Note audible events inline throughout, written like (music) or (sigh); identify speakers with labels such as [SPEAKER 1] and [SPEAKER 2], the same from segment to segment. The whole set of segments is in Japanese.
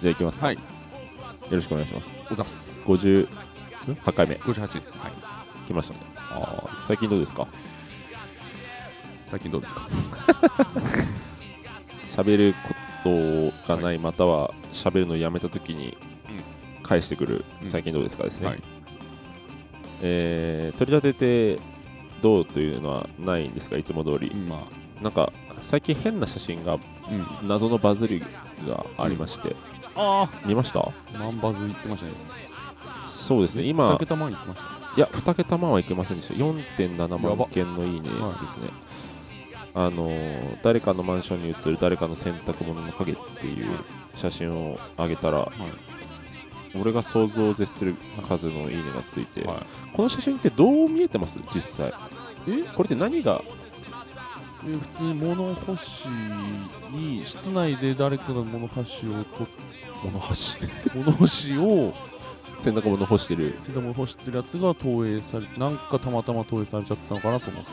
[SPEAKER 1] じゃあいきますか、
[SPEAKER 2] はい
[SPEAKER 1] よろしくお願いします
[SPEAKER 2] おざっす
[SPEAKER 1] 58回目
[SPEAKER 2] 58です、はい、
[SPEAKER 1] 来ましたねあー最近どうですか
[SPEAKER 2] 最近どうですか
[SPEAKER 1] 喋ることがない、または喋るのやめた時に返してくる、
[SPEAKER 2] うん
[SPEAKER 1] 最近どうですかですね、
[SPEAKER 2] はい
[SPEAKER 1] えー取り立ててどうというのはないんですかいつも通り、
[SPEAKER 2] ま
[SPEAKER 1] なんか最近変な写真が
[SPEAKER 2] あ、うん、
[SPEAKER 1] 謎のバズりがありまして、
[SPEAKER 2] あ
[SPEAKER 1] 見ました
[SPEAKER 2] あマンバズ言ってましたね
[SPEAKER 1] そうですね
[SPEAKER 2] 2
[SPEAKER 1] 今
[SPEAKER 2] 桁前に言ってまし
[SPEAKER 1] いや2桁万はいけませんでした4.7
[SPEAKER 2] やば
[SPEAKER 1] 万件のいいね
[SPEAKER 2] はい
[SPEAKER 1] ですね、あのー誰かのマンションに映る誰かの洗濯物の影っていう写真を上げたら
[SPEAKER 2] た、はい
[SPEAKER 1] 俺が想像を絶する数のいいねがついて、
[SPEAKER 2] はい、
[SPEAKER 1] この写真ってどう見えてます実際
[SPEAKER 2] え
[SPEAKER 1] これって何が
[SPEAKER 2] え普通に物干しに室内で誰かが物干しをと
[SPEAKER 1] 物干し
[SPEAKER 2] 物干しを
[SPEAKER 1] 洗濯物干してる
[SPEAKER 2] それでも干してるやつが投影されなんかたまたま投影されちゃったのかなと思って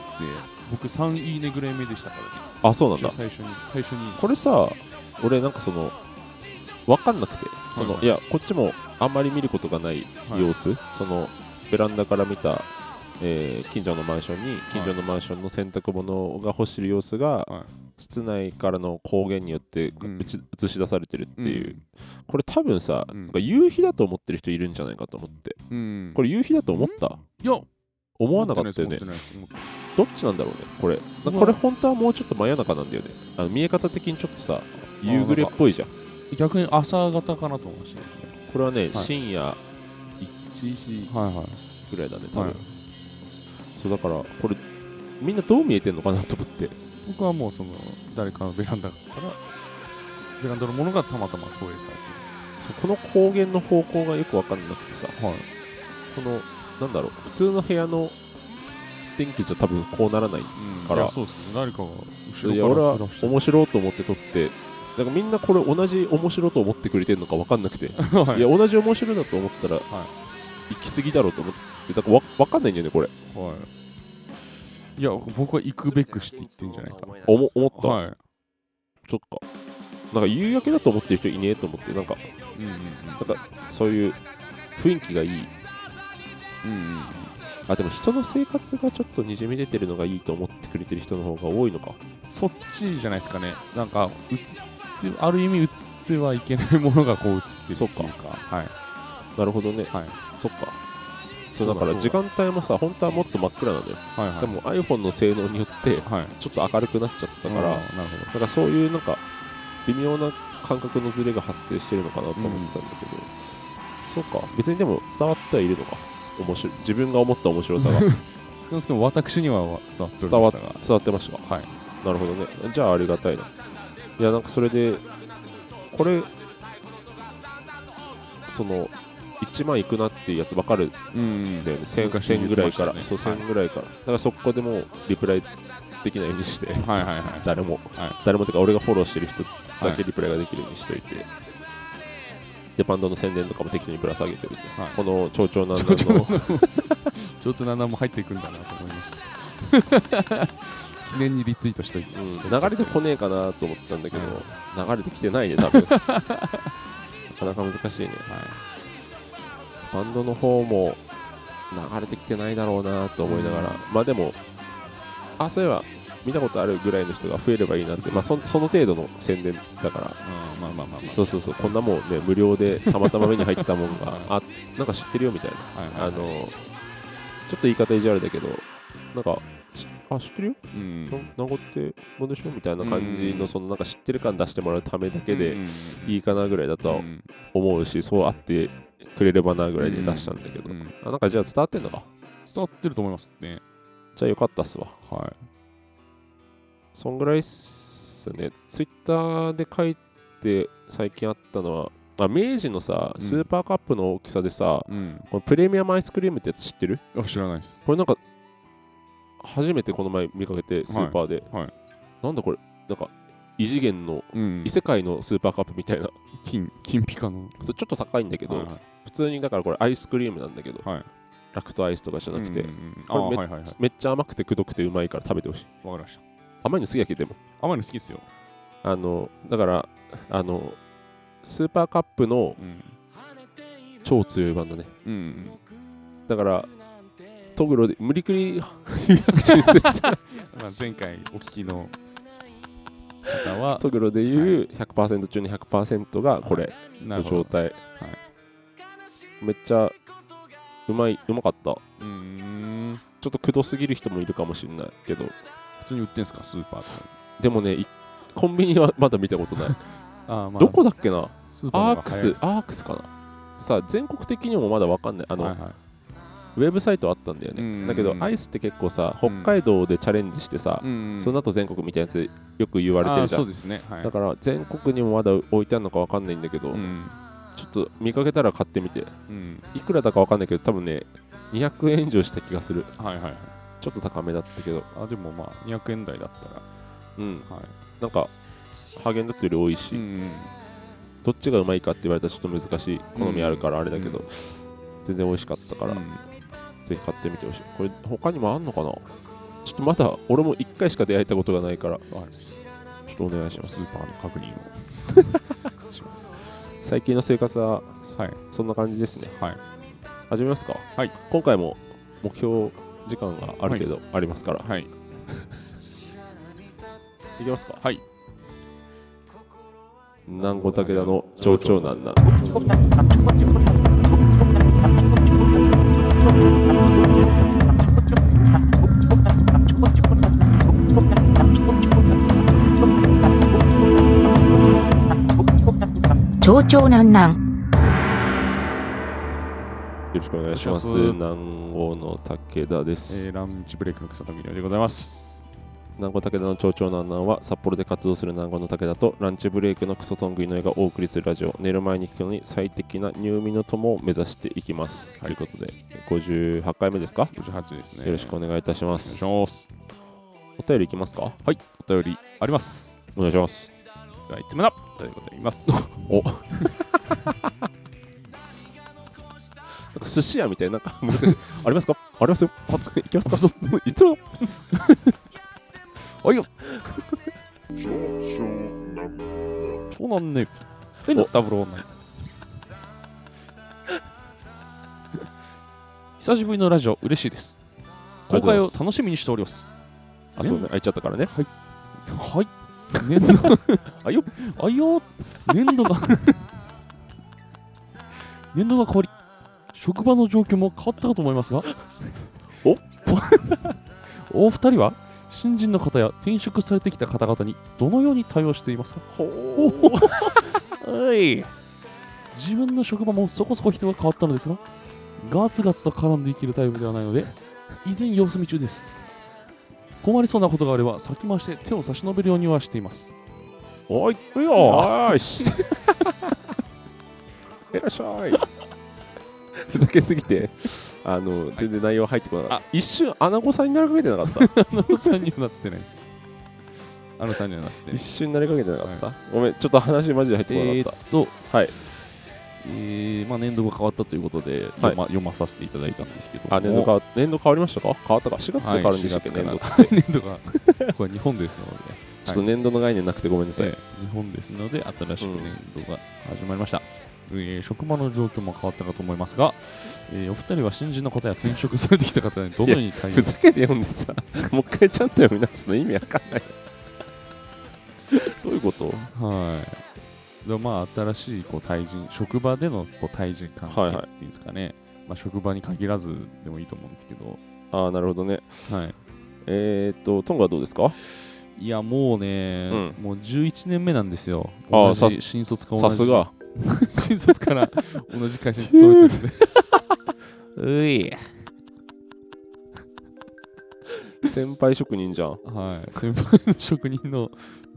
[SPEAKER 2] 僕3いいねぐらい目でしたから
[SPEAKER 1] あそうなん
[SPEAKER 2] ね
[SPEAKER 1] だ
[SPEAKER 2] 最初に最初に
[SPEAKER 1] これさ俺なんかその分かんなくてその、
[SPEAKER 2] はい
[SPEAKER 1] い、やこっちもあんまり見ることがない
[SPEAKER 2] はい
[SPEAKER 1] 様子、そのベランダから見た、えー近所のマンションに近所のマンションの洗濯物が干してる様子が、
[SPEAKER 2] は
[SPEAKER 1] 室内からの光源によって
[SPEAKER 2] うん
[SPEAKER 1] うち映し出されてるって
[SPEAKER 2] い
[SPEAKER 1] いう、これ多分さ、
[SPEAKER 2] うん
[SPEAKER 1] なんか夕日だと思ってる人いるんじゃないかと思って
[SPEAKER 2] うん、うん
[SPEAKER 1] これ夕日だと思った、
[SPEAKER 2] いや
[SPEAKER 1] 思わなかったよね
[SPEAKER 2] 思ってないです思ってないで
[SPEAKER 1] どっちなんだろうねこれな
[SPEAKER 2] うわ
[SPEAKER 1] これ本当はもうちょっと真夜中なんだよねあの見え方的にちょっとさ夕暮れっぽいじゃん
[SPEAKER 2] す逆に朝方かなと思いましたね
[SPEAKER 1] これはね、
[SPEAKER 2] はい
[SPEAKER 1] 深夜1時
[SPEAKER 2] はいはい
[SPEAKER 1] ぐらいだね、多分、
[SPEAKER 2] はい
[SPEAKER 1] そうだから、これ、みんなどう見えてんのかなと思って、
[SPEAKER 2] 僕はもうその誰かのベランダからベランダのものがたまたま投影さ
[SPEAKER 1] そうこの光源の方向がよく分かんなくてさ、
[SPEAKER 2] れてるはい
[SPEAKER 1] この、なんだろう、普通の部屋の電気じゃ多分こうならない、
[SPEAKER 2] うん
[SPEAKER 1] から
[SPEAKER 2] いやそうっすね誰かが後
[SPEAKER 1] いや
[SPEAKER 2] ろ
[SPEAKER 1] 俺
[SPEAKER 2] から
[SPEAKER 1] は
[SPEAKER 2] 照らして
[SPEAKER 1] 面白いと思って撮って、なんかみんなこれ、同じ面白いと思ってくれてるのか分かんなくて、い、
[SPEAKER 2] はい
[SPEAKER 1] や、同じ面白いだと思ったら、
[SPEAKER 2] は
[SPEAKER 1] 行き過ぎだろうと思って、だからわ分かんないんだよね、これ、
[SPEAKER 2] はいいや僕は行くべくして行ってんじゃないか
[SPEAKER 1] おも思った、
[SPEAKER 2] はい
[SPEAKER 1] そっか。なんか夕焼けだと思ってる人いねえと思って、なんか
[SPEAKER 2] うんうんうん
[SPEAKER 1] そういう雰囲気がいい
[SPEAKER 2] うんうん
[SPEAKER 1] あでも人の生活がちょっとにじみ出てるのがいいと思ってくれてる人の方が多いのか
[SPEAKER 2] そっちじゃないですかねなんか映ってある意味映ってはいけないものがこう映ってるっていう
[SPEAKER 1] そうか
[SPEAKER 2] はい
[SPEAKER 1] なるほどね
[SPEAKER 2] はい
[SPEAKER 1] そっかそう
[SPEAKER 2] そうだ
[SPEAKER 1] だから
[SPEAKER 2] そうだ
[SPEAKER 1] 時間帯もさ本当はもっと真っ暗なんだよ、
[SPEAKER 2] はいはい
[SPEAKER 1] でも iPhone の性能によって
[SPEAKER 2] はい
[SPEAKER 1] ちょっと明るくなっちゃったから、
[SPEAKER 2] うん
[SPEAKER 1] だ
[SPEAKER 2] なるほ
[SPEAKER 1] か
[SPEAKER 2] ど
[SPEAKER 1] らそういうなんか微妙な感覚のズレが発生してるのかなと思ってたんだけど、そうか別にでも伝わってはいるのか面白い自分が思った面白さが伝
[SPEAKER 2] 少なくとも私には伝わっておりましたが
[SPEAKER 1] わっわってましたか
[SPEAKER 2] はい
[SPEAKER 1] なるほどね。じゃあありがたいな。いや、なんかそれで、これ、その、1万いくなっていうやつ分かるん
[SPEAKER 2] うんうん
[SPEAKER 1] だよね。1000,
[SPEAKER 2] 昔言って
[SPEAKER 1] ぐらいから。
[SPEAKER 2] ました
[SPEAKER 1] そう、
[SPEAKER 2] ねはい
[SPEAKER 1] 1000ぐらいから。だからそこでもうリプライできないようにして、
[SPEAKER 2] はいはいはい
[SPEAKER 1] 誰も、
[SPEAKER 2] はい
[SPEAKER 1] 誰もってか俺がフォローしてる人だ
[SPEAKER 2] はい
[SPEAKER 1] けリプライができるようにしといて。で、バンドの宣伝とかも適当にぶら下げてるんで、
[SPEAKER 2] はい
[SPEAKER 1] この蝶々なんなんの
[SPEAKER 2] ちょっと7も入ってくるんだなと思いました記念にリツイートしといて、
[SPEAKER 1] うん流れてこねえかなと思ってたんだけど、流れてきてないね、多分 (laughs) なかなか難しいね。
[SPEAKER 2] は
[SPEAKER 1] バンドの方も流れてきてないだろうなと思いながら、まあでも、あ、そういえば見たことあるぐらいの人が増えればいいなって、まあそその程度の宣伝だから、
[SPEAKER 2] いうんまあまあまあまあ
[SPEAKER 1] そうそうそう、こんなもんね、無料でたまたま目に入ったもんが、あ、なんか知ってるよみたいな。
[SPEAKER 2] はいはいは
[SPEAKER 1] あ
[SPEAKER 2] い
[SPEAKER 1] の、ちょっと言い方意地悪だけど、なんか、しあ、知ってるよ
[SPEAKER 2] うん
[SPEAKER 1] ななんかってもんでしょみたいな感
[SPEAKER 2] うん
[SPEAKER 1] じ
[SPEAKER 2] うんう
[SPEAKER 1] の
[SPEAKER 2] ん
[SPEAKER 1] そのなんか知ってる感出してもらうためだけ
[SPEAKER 2] う
[SPEAKER 1] で
[SPEAKER 2] ん
[SPEAKER 1] いいかなぐらいだと
[SPEAKER 2] う
[SPEAKER 1] は
[SPEAKER 2] ん
[SPEAKER 1] 思うしそうあってくれればなぐらいで出したんだけど
[SPEAKER 2] うん伝
[SPEAKER 1] あなんかじゃあ伝わってんのか
[SPEAKER 2] わってると思いますね
[SPEAKER 1] じゃあよかったっすわ
[SPEAKER 2] は
[SPEAKER 1] そんぐらいっすねツイッターで書いて最近あったのはあ明治のさ
[SPEAKER 2] うん
[SPEAKER 1] スーパーカップの大きさでさ、
[SPEAKER 2] いうん
[SPEAKER 1] このプレミアムアイスクリームってやつ知ってる
[SPEAKER 2] あ知らないです
[SPEAKER 1] これなんか初めてこの前見かけてスーパーで、
[SPEAKER 2] はい
[SPEAKER 1] なんだこれなんか異次元の
[SPEAKER 2] うん
[SPEAKER 1] 異世界のスーパーカップみたいな
[SPEAKER 2] 金金ピカの
[SPEAKER 1] そうちょっと高いんだけど、
[SPEAKER 2] はい
[SPEAKER 1] 普通にだからこれアイスクリームなんだけど、
[SPEAKER 2] はい
[SPEAKER 1] ラクトアイスとかじゃなくて、
[SPEAKER 2] うんうんうんあ
[SPEAKER 1] これ
[SPEAKER 2] はいはいはい
[SPEAKER 1] めっちゃ甘くてくどくてうまいから食べてほしい
[SPEAKER 2] わかりました
[SPEAKER 1] 甘いの好きやけどでも
[SPEAKER 2] 甘いの好きですよ
[SPEAKER 1] あのだからあのスーパーカップの
[SPEAKER 2] うん
[SPEAKER 1] 超強いバンドね
[SPEAKER 2] うん
[SPEAKER 1] だからトグロで無理くり有楽町にする
[SPEAKER 2] まあ、前回お聞きの方は
[SPEAKER 1] トグロでいう100%中の100%がこれの
[SPEAKER 2] なるほ
[SPEAKER 1] 状
[SPEAKER 2] ど、
[SPEAKER 1] 態、めっちゃうまいうまかったち
[SPEAKER 2] うーん、
[SPEAKER 1] ょっとくどすぎる人もいるかもしれないけど
[SPEAKER 2] 普通に売ってんすかスーパーとか
[SPEAKER 1] でもねいコンビニはまだ見たことない、
[SPEAKER 2] あー、 (laughs) ま
[SPEAKER 1] どこだっけな
[SPEAKER 2] スー
[SPEAKER 1] ア
[SPEAKER 2] パー
[SPEAKER 1] ー
[SPEAKER 2] の
[SPEAKER 1] ク
[SPEAKER 2] 方が
[SPEAKER 1] ス
[SPEAKER 2] 早いです
[SPEAKER 1] アークスかなさあ全国的にもまだわかんないあの、
[SPEAKER 2] はいはい
[SPEAKER 1] ウェブサイトあったんだよ
[SPEAKER 2] うんうんう
[SPEAKER 1] ね
[SPEAKER 2] ん
[SPEAKER 1] だけどアイスって結構さ
[SPEAKER 2] う
[SPEAKER 1] 北
[SPEAKER 2] ん
[SPEAKER 1] 海道でチャレンジしてさ、
[SPEAKER 2] うん
[SPEAKER 1] その後全国みたいなやつよく言われて
[SPEAKER 2] あ
[SPEAKER 1] る
[SPEAKER 2] ー
[SPEAKER 1] じゃ
[SPEAKER 2] そうんですねはい
[SPEAKER 1] だから全国にもまだ置いてあるのかわかんないんだけど、
[SPEAKER 2] うん
[SPEAKER 1] ちょっと見かけたら買ってみて
[SPEAKER 2] うん
[SPEAKER 1] いくらだかわかんないけど多分ね200円以上した気がする
[SPEAKER 2] はいはいはい
[SPEAKER 1] ちょっと高めだったけど
[SPEAKER 2] あでもまあ200円台だった
[SPEAKER 1] うん
[SPEAKER 2] らはい
[SPEAKER 1] なんかハーゲンダッツより多いし、
[SPEAKER 2] ん
[SPEAKER 1] どっちがうまいかって言われたらちょっと難しい好みあるからあれだけど、全然美味しかったから、
[SPEAKER 2] うん
[SPEAKER 1] ぜひ買ってみてほしいこれ他にもあんのかなちょっとまだ俺も1回しか出会えたことがないからち
[SPEAKER 2] はい
[SPEAKER 1] ょっとお願いします
[SPEAKER 2] スーパーの確認をします
[SPEAKER 1] 最近の生活は
[SPEAKER 2] はい
[SPEAKER 1] そんな感じですね
[SPEAKER 2] はい
[SPEAKER 1] 始めますか
[SPEAKER 2] はい
[SPEAKER 1] 今回も目標時間がある程度ありますから、い、
[SPEAKER 2] はい
[SPEAKER 1] きますか
[SPEAKER 2] はい
[SPEAKER 1] 南郷武田の上長男な
[SPEAKER 3] 長々なんなん。
[SPEAKER 1] よろしくお願いします
[SPEAKER 2] お願いします
[SPEAKER 1] 南郷の武田です、
[SPEAKER 2] えー、ランチブレイクの草田みのりでございます
[SPEAKER 1] 南郷武田の町長南南は札幌で活動する南郷の武田とランチブレイクのクソトングイの絵がお送りするラジオ寝る前に聞くのに最適な入眠の友を目指していきます、
[SPEAKER 2] はい
[SPEAKER 1] ということで58回目ですか、
[SPEAKER 2] 58ですね
[SPEAKER 1] よろしくお願いいたしま
[SPEAKER 2] お願い
[SPEAKER 1] す
[SPEAKER 2] します
[SPEAKER 1] お便りいきますか
[SPEAKER 2] はいお便りあります
[SPEAKER 1] お願いします
[SPEAKER 2] ではいつもだということで言います
[SPEAKER 1] おなんか寿司屋みたいななんか難しいありますかありますよあ行きますかそういつもはいよ
[SPEAKER 2] そうなんねえのダブルオンライン (laughs) 久しぶりのラジオ嬉しいです公開を楽しみにしております
[SPEAKER 1] あそうね開いちゃったからね
[SPEAKER 2] はい。粘土あよ、あよ、粘土が粘土が変わり、職場の状況も変わったかと思いますが、
[SPEAKER 1] お
[SPEAKER 2] (laughs) お二人は新人の方や転職されてきた方々にどのように対応していますか
[SPEAKER 1] ほ
[SPEAKER 2] (laughs) はい。自分の職場もそこそこ人が変わったのですが、ガツガツと絡んでいけるタイプではないので、依然様子見中です。困りそうなことがあれば先回して手を差し伸べるようにはしています。 (laughs)
[SPEAKER 1] おい
[SPEAKER 2] い
[SPEAKER 1] よーしいらっしゃいふざけすぎてあの全然内容入ってこなかった一瞬穴子さんになりかけてなかった
[SPEAKER 2] あのさんにはなってないです。あのさんにはなってない
[SPEAKER 1] (laughs) 一。瞬なりかけてなかった、ごめんちょっと話マジで入っ
[SPEAKER 2] え
[SPEAKER 1] てこな
[SPEAKER 2] ー
[SPEAKER 1] かっ
[SPEAKER 2] っと、
[SPEAKER 1] た、はい
[SPEAKER 2] えーまあ、年度が変わったということで、読ま読まさせていただいたんですけども、
[SPEAKER 1] あ年度か年度変わりましたか変わったか4月で変わるんでしたっけ、
[SPEAKER 2] はい
[SPEAKER 1] 年度
[SPEAKER 2] 4
[SPEAKER 1] って
[SPEAKER 2] 年度が、これ日本ですので、
[SPEAKER 1] ちょっと年度の概念なくてごめんなさい、
[SPEAKER 2] (laughs) ええ日本ですので、新しく年度が始まりました。えー職場の状況も変わったかと思いますが、えーお二人は新人の方や転職されてきた方にどのように対応
[SPEAKER 1] ふざけて読んでさもう一回ちゃんと読み直すの意味わか (laughs) んないどういうこと
[SPEAKER 2] はい。でまあ新しいこう対人職場でのこう対人関
[SPEAKER 1] はい
[SPEAKER 2] 係
[SPEAKER 1] は
[SPEAKER 2] っ
[SPEAKER 1] い
[SPEAKER 2] ていうんですかね。まあ職場に限らずでもいいと思うんですけど。
[SPEAKER 1] ああなるほどね
[SPEAKER 2] はい。
[SPEAKER 1] えー、っとトンガはどうですか
[SPEAKER 2] いやもうね、
[SPEAKER 1] うん
[SPEAKER 2] もう11年目なんですよ。
[SPEAKER 1] あ
[SPEAKER 2] 同
[SPEAKER 1] あさ
[SPEAKER 2] じ新卒か同
[SPEAKER 1] さ
[SPEAKER 2] じ
[SPEAKER 1] すが
[SPEAKER 2] (laughs) 新卒から (laughs) 同じ会社に勤めてるんで。うい。
[SPEAKER 1] 先輩職人じゃん
[SPEAKER 2] はい。先輩の職人の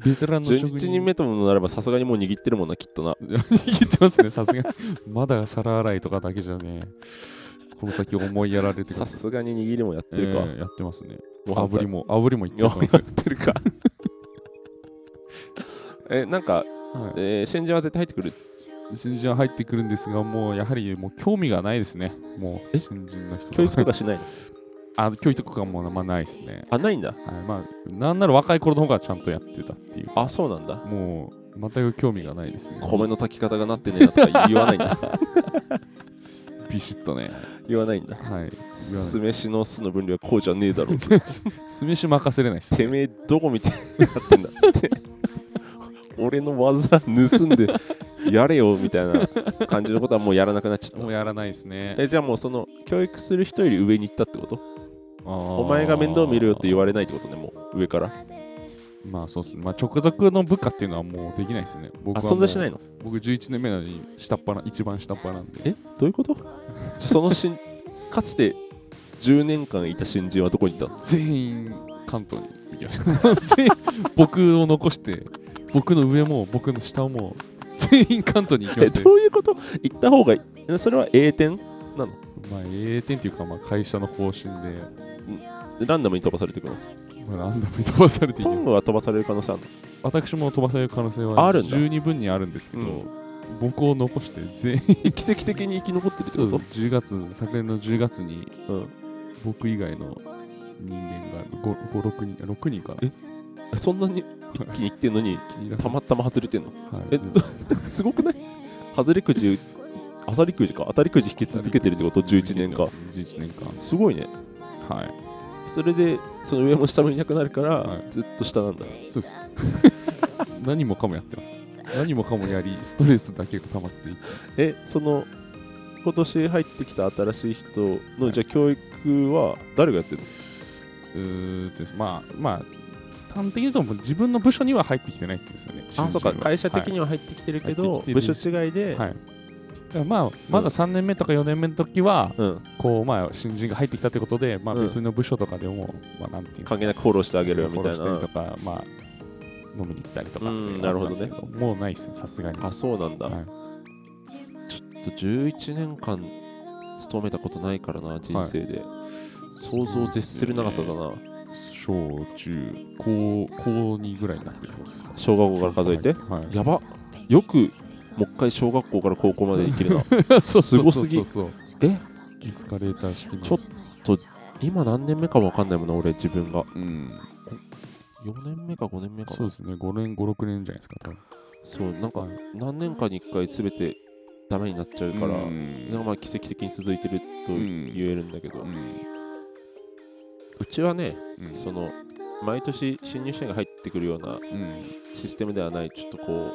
[SPEAKER 2] ベテランの職人。
[SPEAKER 1] 11人目ともなればさすがにもう握ってるもんなきっとな
[SPEAKER 2] 言ってますね、さすがに。まだ皿洗いとかだけじゃね、この先思いやられてく
[SPEAKER 1] さ
[SPEAKER 2] る。
[SPEAKER 1] すがに握りもやってるか、
[SPEAKER 2] ええやってますね。
[SPEAKER 1] もう反
[SPEAKER 2] 炙
[SPEAKER 1] 対
[SPEAKER 2] り (laughs) も、炙りもいって
[SPEAKER 1] や
[SPEAKER 2] ます
[SPEAKER 1] (laughs)
[SPEAKER 2] よ。
[SPEAKER 1] ってるかえなんか、
[SPEAKER 2] はい
[SPEAKER 1] えー、新人は絶対入ってくる
[SPEAKER 2] 新人は入ってくるんですが、もうやはりもう興味がないですね。もう
[SPEAKER 1] え
[SPEAKER 2] 新人の人
[SPEAKER 1] 教育とかしないの
[SPEAKER 2] (laughs) あ教育とかもまあないですね。
[SPEAKER 1] あないんだ
[SPEAKER 2] はい、まあ、なんなら若い頃の方がちゃんとやってたっていう。
[SPEAKER 1] あそうなんだ
[SPEAKER 2] もう全く興味がないですね。
[SPEAKER 1] 米の炊き方がなってねえなとか言わないんだ
[SPEAKER 2] ビシッとね。
[SPEAKER 1] (laughs) 言わないんだ (laughs)
[SPEAKER 2] はい。
[SPEAKER 1] 酢飯の酢の分量はこうじゃねえだろう
[SPEAKER 2] 酢飯任せれないです。
[SPEAKER 1] てめえどこ見てやってんだっ (laughs) つって俺の技盗んでやれよみたいな感じのことはもうやらなくなっちゃっ
[SPEAKER 2] もう
[SPEAKER 1] た
[SPEAKER 2] やらないですね。
[SPEAKER 1] えじゃあもうその教育する人より上に行ったってこと
[SPEAKER 2] お
[SPEAKER 1] お前が面倒見るよって言われないってことねもう上から
[SPEAKER 2] まあそうっすね。まあ直属の部下っていうのはもうできないですね。僕
[SPEAKER 1] あ
[SPEAKER 2] は。
[SPEAKER 1] 存在しないいの
[SPEAKER 2] 僕11年目なのに下っ端な、一番下っ端なんで。
[SPEAKER 1] えどういうことじゃそのしん (laughs) かつて10年間いた新人はどこにいたの
[SPEAKER 2] 全員関東に行きました。全員僕を残して、僕の上も僕の下も全員関東に行きま
[SPEAKER 1] え
[SPEAKER 2] して
[SPEAKER 1] ど。ういうこと行った方がいいそれは A 点
[SPEAKER 2] まあ栄転っていうかまあ会社の方針で、
[SPEAKER 1] ランダムに飛ばされてくの
[SPEAKER 2] まあ、ランダムに飛ばされてい
[SPEAKER 1] ト
[SPEAKER 2] る
[SPEAKER 1] ングは飛ばされる可能性あるの
[SPEAKER 2] 私も飛ばされる可能性は
[SPEAKER 1] あるんだ
[SPEAKER 2] 十二分にあるんですけど、
[SPEAKER 1] うん
[SPEAKER 2] 僕を残して全員
[SPEAKER 1] え奇跡的に生き残ってるって
[SPEAKER 2] そう
[SPEAKER 1] こ
[SPEAKER 2] 10月昨年の10月に
[SPEAKER 1] とうん
[SPEAKER 2] 僕以外の人間が56人6人かな
[SPEAKER 1] ええそんなに一気に行ってんのにたまたま外れてんの (laughs)
[SPEAKER 2] はい
[SPEAKER 1] えすごくない (laughs) 外れくじ当たりくじか当たりくじ引き続けてるってこと11年間
[SPEAKER 2] 11年間
[SPEAKER 1] すごいね
[SPEAKER 2] はい
[SPEAKER 1] それでその上も下もいなくなるから、
[SPEAKER 2] はい
[SPEAKER 1] ずっと下なんだ
[SPEAKER 2] そう (laughs) です何もかもやってます何もかもやりストレスだけが溜まっていく
[SPEAKER 1] えその今年入ってきた新しい人の、
[SPEAKER 2] はい
[SPEAKER 1] じゃあ教育は誰がやってるの
[SPEAKER 2] うーんですまあまあ端的に言うともう自分の部署には入ってきてないっていうんですよね新人ははい
[SPEAKER 1] は入ってきてる
[SPEAKER 2] けど部
[SPEAKER 1] 署違いで
[SPEAKER 2] はい。だからまあ、まだ3年目とか4年目の時は、
[SPEAKER 1] うん、
[SPEAKER 2] こう、まあ、新人が入ってきたということで、まあ、
[SPEAKER 1] うん
[SPEAKER 2] 別の部署とかでも、まあ、なんていうか、
[SPEAKER 1] 関係なくフォローしてあげるよみたい
[SPEAKER 2] フォローした
[SPEAKER 1] な
[SPEAKER 2] りとか、まあ、飲みに行ったりとか
[SPEAKER 1] うん
[SPEAKER 2] っていうの
[SPEAKER 1] なるほどね
[SPEAKER 2] あったんですけどもうないですね、さすがに。
[SPEAKER 1] あそうなんだ、
[SPEAKER 2] はい
[SPEAKER 1] ちょっと11年間勤めたことないからな人生で、想像を絶する長さだな
[SPEAKER 2] 小中高高2ぐらいになってきます。
[SPEAKER 1] 小学校から数えて
[SPEAKER 2] はい。
[SPEAKER 1] やばよくもう一回小学校から高校まで生き
[SPEAKER 2] (laughs)
[SPEAKER 1] るなすごすぎ
[SPEAKER 2] そうそうそう
[SPEAKER 1] え
[SPEAKER 2] エスカレーター式の。
[SPEAKER 1] ちょっ今何年目かも分かんないもんな俺自分が
[SPEAKER 2] うん、
[SPEAKER 1] 4年目か5年目かな
[SPEAKER 2] そうですね、5年、5、6年じゃないですか、多分。
[SPEAKER 1] そうなんか何年かに1回全てダメになっちゃうから、
[SPEAKER 2] うん
[SPEAKER 1] なんかまあ奇跡的に続いてると
[SPEAKER 2] うん
[SPEAKER 1] 言えるんだけど、う
[SPEAKER 2] うん
[SPEAKER 1] ちはね、
[SPEAKER 2] うん
[SPEAKER 1] その毎年新入社員が入ってくるような
[SPEAKER 2] うん
[SPEAKER 1] システムではないちょっとこう、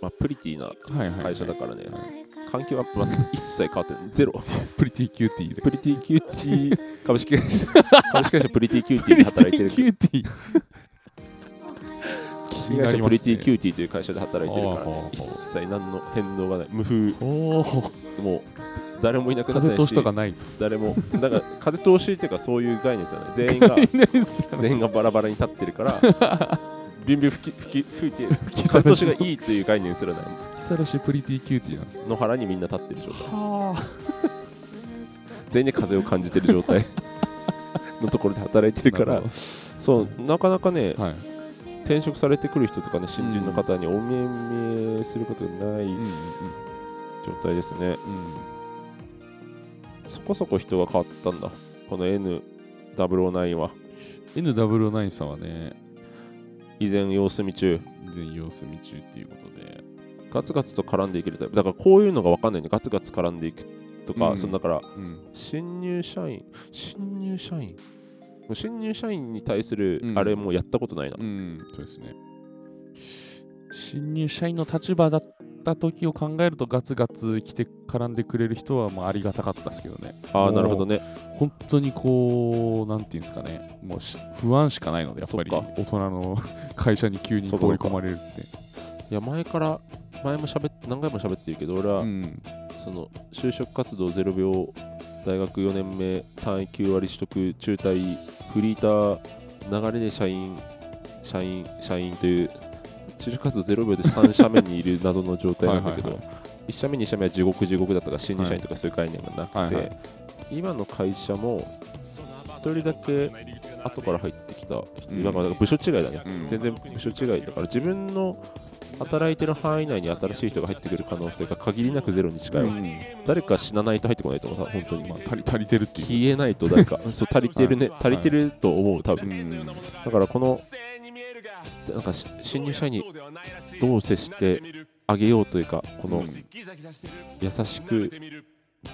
[SPEAKER 1] まあ、プリティな
[SPEAKER 2] はいはいはい、
[SPEAKER 1] 会社だからね、
[SPEAKER 2] はい
[SPEAKER 1] 環境アップは一切変わってないゼ
[SPEAKER 2] (laughs)
[SPEAKER 1] ロ
[SPEAKER 2] プリティキューティーで。
[SPEAKER 1] プリティキューティ
[SPEAKER 2] (laughs)
[SPEAKER 1] ー株式会社株式会社プリティキューティーで働いてる
[SPEAKER 2] キューティー。
[SPEAKER 1] 株式会社プリティキューティーという会社で働いてるから、
[SPEAKER 2] あーあーあ
[SPEAKER 1] ね
[SPEAKER 2] ー、
[SPEAKER 1] 一切何の変動がない無風
[SPEAKER 2] おお、
[SPEAKER 1] もう誰もいなくなった
[SPEAKER 2] 風通
[SPEAKER 1] し
[SPEAKER 2] しとかないと。
[SPEAKER 1] 誰もだから風通しっていうかそういう概念ですよね全員 (laughs) が全員がバラバラに立ってるからビンビン吹き吹き吹いて
[SPEAKER 2] きさ
[SPEAKER 1] 風
[SPEAKER 2] れ
[SPEAKER 1] 通しがいいという概念すらないんです
[SPEAKER 2] 吹きさらしプリティキューティーなんです。
[SPEAKER 1] 野原にみんな立ってる状態
[SPEAKER 2] はあ。
[SPEAKER 1] 全員で風を感じてる状態のところで働いてるからそうなかなかね
[SPEAKER 2] はい。
[SPEAKER 1] 転職されてくる人とかね新人の方にお目見えすることがない
[SPEAKER 2] うんうん
[SPEAKER 1] 状態ですね
[SPEAKER 2] うん。
[SPEAKER 1] そこそこ人が変わったんだこの N009 は
[SPEAKER 2] N009 さんはね、
[SPEAKER 1] 依然様子見中
[SPEAKER 2] 全様子見中っていうことで。
[SPEAKER 1] ガツガツと絡んでいけるタイプだからこういうのが分かんないねガツガツ絡んでいくとか、
[SPEAKER 2] うん
[SPEAKER 1] そのだから
[SPEAKER 2] うん。
[SPEAKER 1] 新入社員新入社員新入社員に対する
[SPEAKER 2] うん
[SPEAKER 1] あれもうやったことないな、
[SPEAKER 2] うん。そうですね。新入社員の立場だった時を考えるとガツガツ来て絡んでくれる人はまあありがたかったですけどね。
[SPEAKER 1] ああなるほどね
[SPEAKER 2] 本当にこう、なんていうんですかね、もうし不安しかないので、やっぱり
[SPEAKER 1] そっか
[SPEAKER 2] 大人の (laughs) 会社に急に
[SPEAKER 1] そうか
[SPEAKER 2] 放り込まれるって。
[SPEAKER 1] いや前から前も喋っ何回も喋ってるけど俺は、
[SPEAKER 2] うん、
[SPEAKER 1] その就職活動0秒大学4年目単位9割取得中退フリーター流れで社員社員社員という就職活動0秒で3社目にいる謎の状態なんだけど
[SPEAKER 2] はいは
[SPEAKER 1] 1社目2社目は地獄地獄だったから新入社員とかそういう概念がなくて、
[SPEAKER 2] はいはいは
[SPEAKER 1] 今の会社も1人だけ後から入ってきた人、
[SPEAKER 2] うん
[SPEAKER 1] だから部署違いだね、
[SPEAKER 2] うん
[SPEAKER 1] 全然部署違いだから自分の働いてる範囲内に新しい人が入ってくる可能性が限りなくゼロに近いわけ、誰か死なないと入ってこないと思うさ本当に、
[SPEAKER 2] まあ、足り足りてるっていう。
[SPEAKER 1] 消えないと誰かそう足りてるね、
[SPEAKER 2] はい
[SPEAKER 1] 足りてると思う多
[SPEAKER 2] う
[SPEAKER 1] 分、
[SPEAKER 2] ん、
[SPEAKER 1] だからこのなんかし新
[SPEAKER 4] 新
[SPEAKER 1] 入
[SPEAKER 4] 入
[SPEAKER 1] 社
[SPEAKER 4] 社
[SPEAKER 1] 員
[SPEAKER 4] 員
[SPEAKER 1] に
[SPEAKER 4] に
[SPEAKER 1] ど
[SPEAKER 4] ど
[SPEAKER 1] う
[SPEAKER 4] う
[SPEAKER 1] 接
[SPEAKER 4] 接
[SPEAKER 1] し
[SPEAKER 4] してて
[SPEAKER 1] あげようというかこ
[SPEAKER 4] この
[SPEAKER 1] の優しく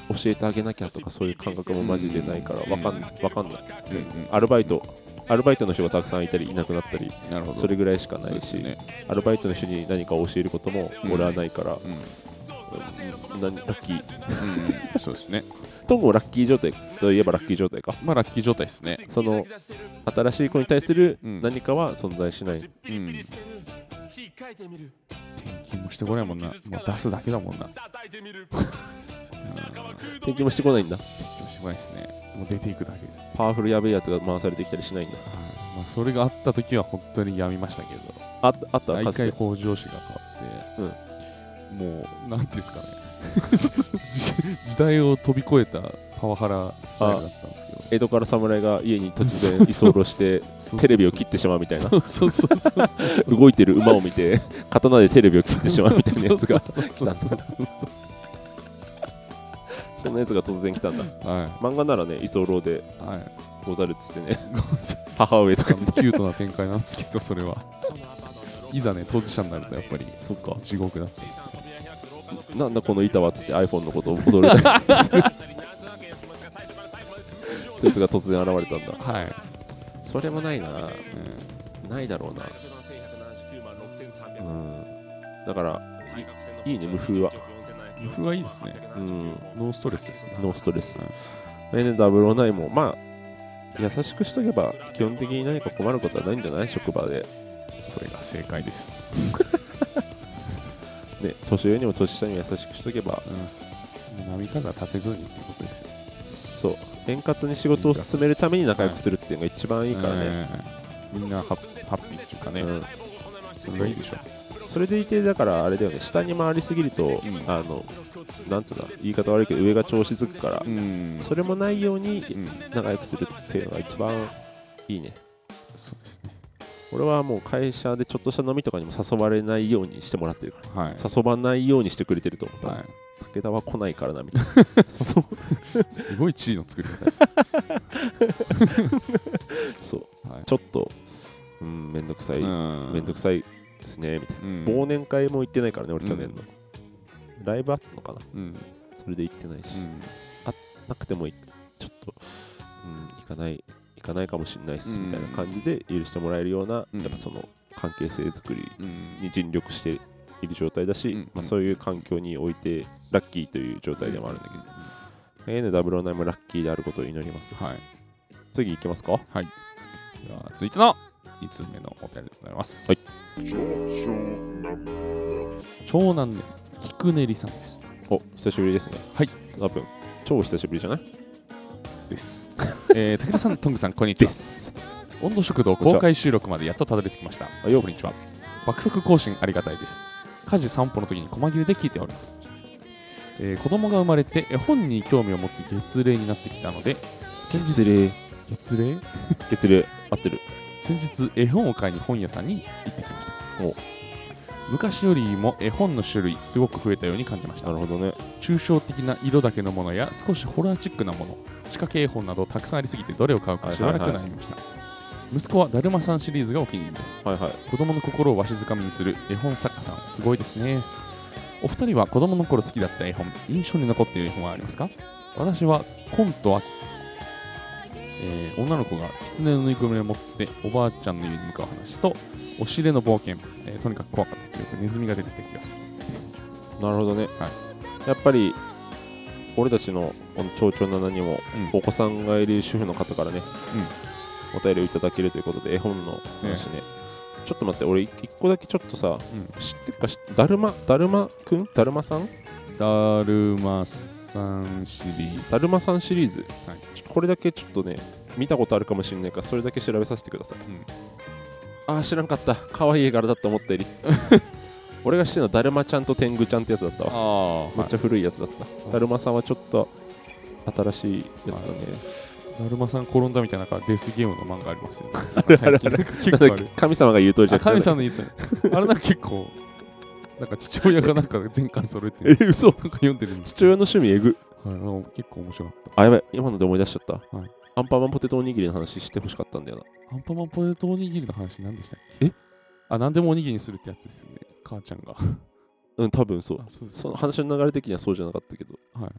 [SPEAKER 1] 教えてあげなきゃとかそういう感覚もマジでないからわかんわかんない
[SPEAKER 2] うんうん
[SPEAKER 1] アルバイトアルバイトの人がたくさんいたりいなくなったり
[SPEAKER 2] なるほど
[SPEAKER 1] それぐらいしか
[SPEAKER 2] そ
[SPEAKER 1] な
[SPEAKER 2] う
[SPEAKER 1] い
[SPEAKER 2] です
[SPEAKER 1] し、
[SPEAKER 2] ね
[SPEAKER 1] アルバイトの人に何かを教えることも
[SPEAKER 2] うん
[SPEAKER 1] 俺はないから、
[SPEAKER 2] うん
[SPEAKER 1] うんなラッキー
[SPEAKER 2] うんうんそうですね
[SPEAKER 1] トンゴラッキー状態といえばラッキー状態か
[SPEAKER 2] まあラッキー状態です (laughs) ね
[SPEAKER 1] その新しい子に対する
[SPEAKER 2] うん
[SPEAKER 1] 何かは存在しない、
[SPEAKER 2] うん
[SPEAKER 1] (laughs)
[SPEAKER 4] 転
[SPEAKER 2] 転勤もしてこないもんなもう出すだけだもんな
[SPEAKER 1] 転勤もしてこないんだ
[SPEAKER 2] 転勤もしてこないですねもう出ていくだけです
[SPEAKER 1] パワフルやべえやつが回されてきたりしないんだ
[SPEAKER 2] はいまあそれがあった時は本当にやみましたけど
[SPEAKER 1] ああった
[SPEAKER 2] 毎
[SPEAKER 1] かつ
[SPEAKER 2] 回
[SPEAKER 1] て
[SPEAKER 2] 向上心が変わって、もうなんていうんですかね (laughs) 時時代を飛び越えたパワハラスタイルだったんですけど
[SPEAKER 1] 江戸から侍が家に突然居候
[SPEAKER 2] (laughs)
[SPEAKER 1] してテレビを切ってしまうみたいな
[SPEAKER 2] そうそうそうそうそう
[SPEAKER 1] 動いてる馬を見て刀でテレビを切ってしまうみたいなやつが
[SPEAKER 2] (laughs) そうそうそうそう
[SPEAKER 1] そんなやつが突然来たんだ
[SPEAKER 2] は
[SPEAKER 1] 漫画ならね居候で
[SPEAKER 2] いはい
[SPEAKER 1] ござるっつってね
[SPEAKER 2] ごめんなさい
[SPEAKER 1] 母上と
[SPEAKER 2] あ
[SPEAKER 1] か
[SPEAKER 2] の (laughs) キュートな展開なんですけどそれはいざね当事者になるとやっぱり
[SPEAKER 1] そっか
[SPEAKER 2] 地獄だった
[SPEAKER 1] なんだこの板はっつって iPhone のことを踊れたりそいつが突然現れたんだ
[SPEAKER 2] はい、
[SPEAKER 1] それもないな
[SPEAKER 2] うん
[SPEAKER 1] ないだろうなうんだからいいいね無風は
[SPEAKER 2] 無風はいいですね
[SPEAKER 1] うん
[SPEAKER 2] ノーストレスですね
[SPEAKER 1] ノーストレス
[SPEAKER 2] うん
[SPEAKER 1] 来年009もまあ優しくしとけば基本的に何か困ることはないんじゃない職場で、
[SPEAKER 2] これが正解です、
[SPEAKER 1] ね、年上にも年下にも優しくしとけば
[SPEAKER 2] うん、波風は立てずにってことですよ
[SPEAKER 1] そう円滑に仕事を進めるために仲良くするっていうのが一番いいからね、
[SPEAKER 2] うんみんなハッハッピーっていうかね、
[SPEAKER 1] うん
[SPEAKER 2] それがいいでしょ
[SPEAKER 1] それでいてだからあれだよね下に回りすぎると、
[SPEAKER 2] うん
[SPEAKER 1] あのなんつうの言い方悪いけど上が調子づくから、
[SPEAKER 2] ん
[SPEAKER 1] それもないように
[SPEAKER 2] ん
[SPEAKER 1] 仲良くするっていうのが一番いいね
[SPEAKER 2] そうですね
[SPEAKER 1] 俺はもう会社でちょっとした飲みとかにも誘われないようにしてもらってるから
[SPEAKER 2] はい
[SPEAKER 1] 誘わないようにしてくれてると思った、
[SPEAKER 2] はい、
[SPEAKER 1] 武田は来ないからなみたいなその
[SPEAKER 2] すごい地位の作り方です、
[SPEAKER 1] そう
[SPEAKER 2] はい、
[SPEAKER 1] ちょっとうんめんどくさい、
[SPEAKER 2] うん
[SPEAKER 1] めんどくさいですねみたいな、
[SPEAKER 2] うん
[SPEAKER 1] 忘年会も行ってないからね俺去年の、ライブあったのかな
[SPEAKER 2] うん
[SPEAKER 1] それで行ってないし、
[SPEAKER 2] うん
[SPEAKER 1] なくてもいちょっと、うん、行かない行かないかもしれないっす、
[SPEAKER 2] うん
[SPEAKER 1] みたいな感じで許してもらえるような、
[SPEAKER 2] うん
[SPEAKER 1] やっぱその関係性づくり
[SPEAKER 2] うん
[SPEAKER 1] に尽力している状態だし、
[SPEAKER 2] うん
[SPEAKER 1] まあ、そういう環境においてラッキーという状態でもあるんだけど、ANW9 もラッキーであることを祈ります
[SPEAKER 2] はい
[SPEAKER 1] 次行きますか
[SPEAKER 2] はいでは続いての5つ目のお便りでございます、
[SPEAKER 1] はい、
[SPEAKER 5] 長男の菊練さんです
[SPEAKER 1] お久しぶりですね
[SPEAKER 2] はい
[SPEAKER 1] 多分超久しぶりじゃない
[SPEAKER 2] です、えー、武田さんトングさんこんにちは
[SPEAKER 1] す
[SPEAKER 2] 温度食堂公開収録までやっとたどり着きました。
[SPEAKER 1] あよう
[SPEAKER 2] こんにちは。爆速更新ありがたいです。家事散歩の時に細切れで聞いております。えー子供が生まれて絵本に興味を持つ月齢になってきたので、先日、
[SPEAKER 1] 月齢
[SPEAKER 2] 月齢
[SPEAKER 1] 月齢合ってる
[SPEAKER 2] 先日絵本を買いに本屋さんに行ってきました
[SPEAKER 1] お
[SPEAKER 2] 昔よりも絵本の種類すごく増えたように感じました
[SPEAKER 1] なるほどね
[SPEAKER 2] 抽象的な色だけのものや少しホラーチックなもの仕掛け絵本などたくさんありすぎてどれを買うか知らなくなりました、息子はだるまさんシリーズがお気に入りです
[SPEAKER 1] はいはい
[SPEAKER 2] 子供の心をわしづかみにする絵本作家さんすごいですねお二人は子供の頃好きだった絵本印象に残っている絵本はありますか私はコントは、えー女の子が狐のぬいぐるみを持っておばあちゃんの家に向かう話とおし入れの冒険、えーとにかく怖かった記憶ネズミが出てきた気がするです
[SPEAKER 1] なるほどね、
[SPEAKER 2] は
[SPEAKER 1] やっぱり俺たちのこの町長7にも
[SPEAKER 2] うん
[SPEAKER 1] お子さんがいる主婦の方からね、お便りをいただけるということで絵本の話ね、ちょっと待って俺一個だけちょっとさ知ってるかしだるまだるまくんだるまさん
[SPEAKER 2] だるまさんシリーズ
[SPEAKER 1] だるまさんシリーズ、
[SPEAKER 2] はい
[SPEAKER 1] ちょこれだけちょっとね見たことあるかもしれないからそれだけ調べさせてください、
[SPEAKER 2] うん
[SPEAKER 1] ああ知らんかった可愛い絵柄だった思った
[SPEAKER 2] (laughs)
[SPEAKER 1] より俺が知ってるのはだるまちゃんと天狗ちゃんってやつだったわ
[SPEAKER 2] あ
[SPEAKER 1] めっちゃ古いやつだった、だるまさんはちょっと新しいやつだね、
[SPEAKER 2] だるまさん転んだみたいななんかデスゲームの漫画ありますよ、ね、
[SPEAKER 1] る (laughs) あるある
[SPEAKER 2] 最近なんか
[SPEAKER 1] なんだ
[SPEAKER 2] 結構ある
[SPEAKER 1] っけ神様が言う通りじゃ
[SPEAKER 2] あ、神様
[SPEAKER 1] ん
[SPEAKER 2] の言って (laughs) た。あれなんか結構、なんか父親がなんか全巻揃えてる
[SPEAKER 1] え嘘
[SPEAKER 2] なんか読んでるんです。
[SPEAKER 1] 父親の趣味えぐ
[SPEAKER 2] はい、なんか結構面白かっ
[SPEAKER 1] あやばい今ので思い出しちゃった、
[SPEAKER 2] はい
[SPEAKER 1] アンパンマンポテトおにぎりの話してほしかったんだよな
[SPEAKER 2] た。アンパンマンポテトおにぎりの話何でしたっけ
[SPEAKER 1] え
[SPEAKER 2] あ、何でもおにぎりにするってやつですよね。母ちゃんが。
[SPEAKER 1] うん、多分そう
[SPEAKER 2] (laughs) あ、。そうです
[SPEAKER 1] その話の流れ的にはそうじゃなかったけど、
[SPEAKER 2] はい。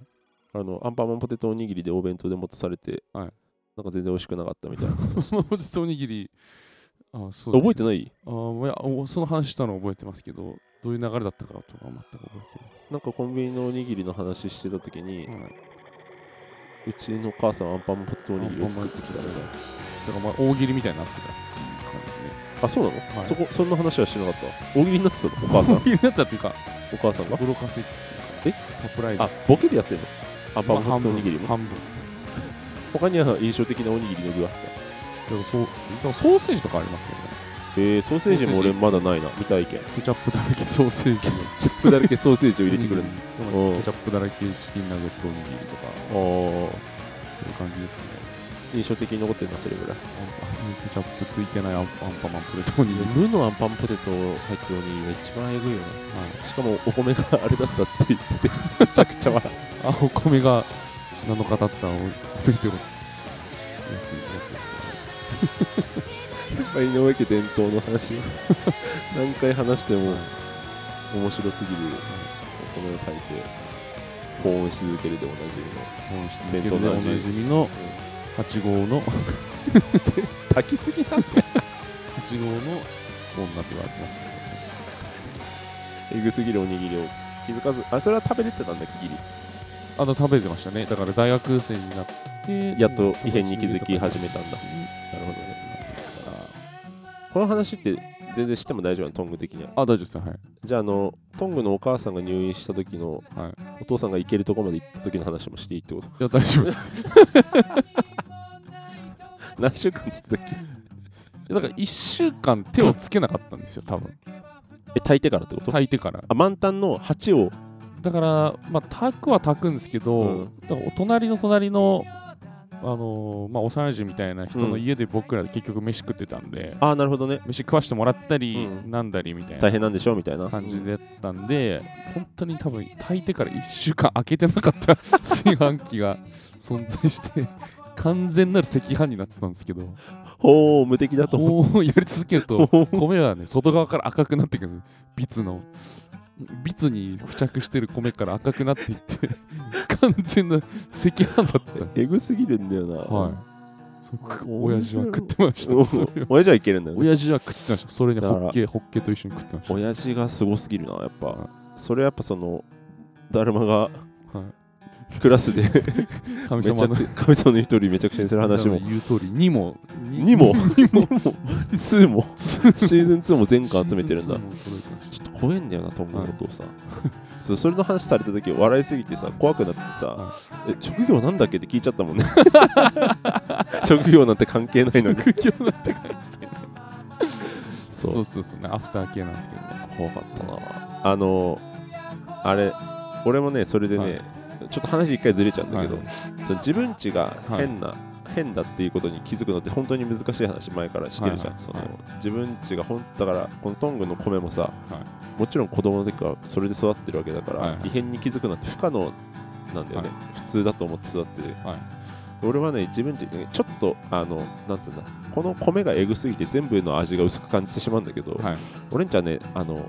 [SPEAKER 1] あの、アンパンマンポテトおにぎりでお弁当で持たされて、
[SPEAKER 2] はい
[SPEAKER 1] なんか全然美味しくなかったみた
[SPEAKER 2] (laughs)
[SPEAKER 1] いな。
[SPEAKER 2] ポテトおにぎり。あ、そうです
[SPEAKER 1] 覚えてない
[SPEAKER 2] あーいやおその話したの覚えてますけど、どういう流れだったかとか全く覚えてないです。
[SPEAKER 1] なんかコンビニのおにぎりの話してた時に、
[SPEAKER 2] うん
[SPEAKER 1] うちの母さんはアンパンマンポテトおにぎりを作ってきたみたいな。
[SPEAKER 2] だからまあ大喜利みたいになってた感じで。
[SPEAKER 1] あ、そうなの、
[SPEAKER 2] はい
[SPEAKER 1] そこ、そんな話はしてなかった。大喜利になってたのお母 (laughs) さん
[SPEAKER 2] 大。喜利だったっていうか、
[SPEAKER 1] お母さんが。
[SPEAKER 2] 驚かせっていうか、サプライズ。
[SPEAKER 1] あ、ボケでやってるのアンパ
[SPEAKER 2] ま
[SPEAKER 1] ンマ
[SPEAKER 2] あ
[SPEAKER 1] ンポテト
[SPEAKER 2] 半
[SPEAKER 1] お
[SPEAKER 2] 分
[SPEAKER 1] にぎりも。
[SPEAKER 2] 半分。で
[SPEAKER 1] 他には印象的なおにぎりの具があった。
[SPEAKER 2] もそうでもソーセージとかありますよね。
[SPEAKER 1] えー、ソーセージも俺まだないな、未体験。
[SPEAKER 2] ケチャップだらけソーセージの。
[SPEAKER 1] チップだらけソーセージを入れてくる
[SPEAKER 2] うん
[SPEAKER 1] の。う
[SPEAKER 2] で
[SPEAKER 1] ん
[SPEAKER 2] もケチャップだらけチキンナゲットおにぎりとか、
[SPEAKER 1] おー
[SPEAKER 2] そういう感じですかね。
[SPEAKER 1] 印象的に残ってるな、それぐらい。
[SPEAKER 2] ああとにケチャップついてないアンアンパンマンプレートおにぎり。
[SPEAKER 1] 無のアンパンポテト入ってるおにぎりが一番えぐいよね。
[SPEAKER 2] はい
[SPEAKER 1] しかもお米があれだったって言ってて、めちゃくちゃ笑う。
[SPEAKER 2] あ、お米が7日経ったお米ってこと。
[SPEAKER 1] やっぱ井上家伝統の話。 (laughs) 何回話しても面白すぎる。お米を炊いて、保温し続けるでおなじみの。
[SPEAKER 2] 本質的でおなじみの8号の
[SPEAKER 1] 炊きすぎなんだ
[SPEAKER 2] 8号の女って言われてます
[SPEAKER 1] えぐすぎるおにぎりを気づかず、あ、それは食べれてたんだ、ギリ。
[SPEAKER 2] あと食べてましたねだから大学生になって
[SPEAKER 1] やっと異変に気づき始めたんだ。る
[SPEAKER 2] なる
[SPEAKER 1] ほ
[SPEAKER 2] ほ
[SPEAKER 1] ど
[SPEAKER 2] ど
[SPEAKER 1] ね
[SPEAKER 2] ね
[SPEAKER 1] この話って全然しても大丈夫なのトング的には
[SPEAKER 2] あ大丈夫ですはい
[SPEAKER 1] じゃああのトングのお母さんが入院した時の、
[SPEAKER 2] はい
[SPEAKER 1] お父さんが行けるところまで行った時の話もしていいってこと
[SPEAKER 2] いや大丈夫です
[SPEAKER 1] (laughs) 何週間つったっけ
[SPEAKER 2] いやだから1週間手をつけなかったんですよ多分
[SPEAKER 1] (laughs) え炊いてからってこと
[SPEAKER 2] 炊いてから
[SPEAKER 1] あ満タンの鉢を
[SPEAKER 2] だからまあ炊くは炊くんですけど、
[SPEAKER 1] うん
[SPEAKER 2] だからお隣の隣のあのーまあ幼馴染みたいな人
[SPEAKER 1] う
[SPEAKER 2] の
[SPEAKER 1] ん
[SPEAKER 2] 家で僕らで結局飯食ってたんで、
[SPEAKER 1] ああなるほどね
[SPEAKER 2] 飯食わしてもらったり、
[SPEAKER 1] うん
[SPEAKER 2] なんだりみたい
[SPEAKER 1] 大
[SPEAKER 2] な
[SPEAKER 1] 変なんでしょみたいな
[SPEAKER 2] 感じだったんで、本当に多分炊いてから1週間開けてなかった (laughs) 炊飯器が存在して完全なる赤飯になってたんですけど
[SPEAKER 1] ほう無敵だと思っ
[SPEAKER 2] こうやり続けると
[SPEAKER 1] ほう (laughs)
[SPEAKER 2] 米はね外側から赤くなってくるんですビツのビツに付着してる米から赤くなっていって (laughs) 完全な赤飯だった
[SPEAKER 1] てえぐすぎるんだよな
[SPEAKER 2] はいそうく親父は食ってました
[SPEAKER 1] お
[SPEAKER 2] (laughs) それを
[SPEAKER 1] 親父はいけるんだよね
[SPEAKER 2] 親父は食ってましたそれに
[SPEAKER 1] だ
[SPEAKER 2] ホ
[SPEAKER 1] から
[SPEAKER 2] ッケホッケと一緒に食ってました
[SPEAKER 1] 親父がすごすぎるなやっ
[SPEAKER 2] は
[SPEAKER 1] ぱそれやっぱそのだるまが
[SPEAKER 2] は
[SPEAKER 1] クラスでめち
[SPEAKER 2] い神
[SPEAKER 1] ゃ
[SPEAKER 2] 様の
[SPEAKER 1] く (laughs) 神様の言う通りめちゃくちゃにする話も
[SPEAKER 2] 言う通りにも
[SPEAKER 1] (laughs) にも
[SPEAKER 2] にも
[SPEAKER 1] 2もシーズン2も全巻集めてるんだ
[SPEAKER 2] シーズンツーも揃えてまし
[SPEAKER 1] ちょっと怖えんだよな、トンボのお父さん。そうそれの話された時笑いすぎてさ、怖くなってさ、
[SPEAKER 2] は
[SPEAKER 1] え職業なんだっけって聞いちゃったもんね。 (laughs) 職業なんて関係ないのに。
[SPEAKER 2] た職業なんて書いてない
[SPEAKER 1] そう
[SPEAKER 2] そうそうそうねアフター系なんですけどね
[SPEAKER 1] 怖かったな。あの、あれ、俺もね、それでね、
[SPEAKER 2] はい
[SPEAKER 1] ちょっと話一回ずれちゃうんだけど、
[SPEAKER 2] はい
[SPEAKER 1] その自分ちが変な、変だっていうことに気づくのって本当に難しい話前からしてるじゃん、
[SPEAKER 2] はいはい
[SPEAKER 1] その
[SPEAKER 2] はい
[SPEAKER 1] 自分ちがほんだからこのトングの米もさ、
[SPEAKER 2] は
[SPEAKER 1] もちろん子供の時からそれで育ってるわけだから、
[SPEAKER 2] はいはい
[SPEAKER 1] 異変に気づくなんて不可能なんだよね、普通だと思って育ってる、
[SPEAKER 2] はい
[SPEAKER 1] 俺はね自分ちにねちょっとあのなんつうんだこの米がえぐすぎて全部の味が薄く感じてしまうんだけど、
[SPEAKER 2] はい
[SPEAKER 1] 俺んちはねあの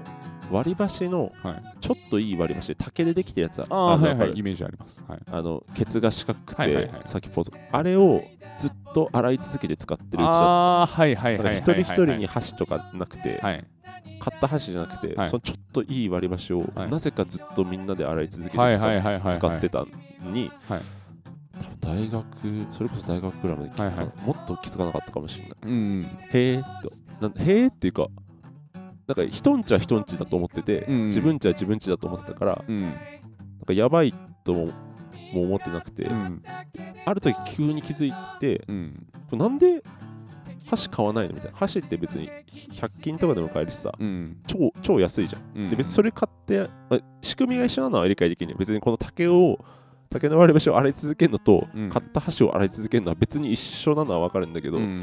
[SPEAKER 1] 割り箸の
[SPEAKER 2] はい
[SPEAKER 1] ちょっといい割り箸で竹でできたやつあ
[SPEAKER 2] ああ
[SPEAKER 1] の
[SPEAKER 2] はい
[SPEAKER 1] わか
[SPEAKER 2] は
[SPEAKER 1] る
[SPEAKER 2] いイメージありますはい
[SPEAKER 1] あのケツが四角くて、
[SPEAKER 2] はいはいはい
[SPEAKER 1] 先っぽあれをずっと洗い続けて使ってるうちだっ
[SPEAKER 2] ああはいはい
[SPEAKER 1] ただ
[SPEAKER 2] は
[SPEAKER 1] か
[SPEAKER 2] い
[SPEAKER 1] ら
[SPEAKER 2] はい
[SPEAKER 1] 一人一人に
[SPEAKER 2] は
[SPEAKER 1] 箸とかなくて、
[SPEAKER 2] いはい
[SPEAKER 1] 買った箸じゃなくて、
[SPEAKER 2] はい
[SPEAKER 1] そのちょっといい割り箸を、
[SPEAKER 2] はい
[SPEAKER 1] なぜかずっとみんなで洗い続けて使,、
[SPEAKER 2] はいはいはいはい
[SPEAKER 1] 使ってたのに、
[SPEAKER 2] はい
[SPEAKER 1] 多分大学それこそ大学くらいまで気づかな、
[SPEAKER 2] はいは
[SPEAKER 1] もっと気づかなかったかもしれない
[SPEAKER 2] うん
[SPEAKER 1] へえとなんへえっていうかなんか人んちは人んちだと思ってて、
[SPEAKER 2] うんうん
[SPEAKER 1] 自分ちは自分ちだと思ってたからな
[SPEAKER 2] うん
[SPEAKER 1] んかやばいともも思ってなくて、
[SPEAKER 2] うん
[SPEAKER 1] ある時急に気づいて
[SPEAKER 2] うん
[SPEAKER 1] これなんで箸買わないのみたいな箸って別に100均とかでも買えるしさ
[SPEAKER 2] うん
[SPEAKER 1] 超超安いじゃん
[SPEAKER 2] うん
[SPEAKER 1] で別にそれ買って、あ仕組みが一緒なのは理解できるね別にこの竹を竹の割り箸を洗い続けるのと、
[SPEAKER 2] うん
[SPEAKER 1] 買った箸を洗い続けるのは別に一緒なのは分かるんだけど、
[SPEAKER 2] う
[SPEAKER 1] こ
[SPEAKER 2] ん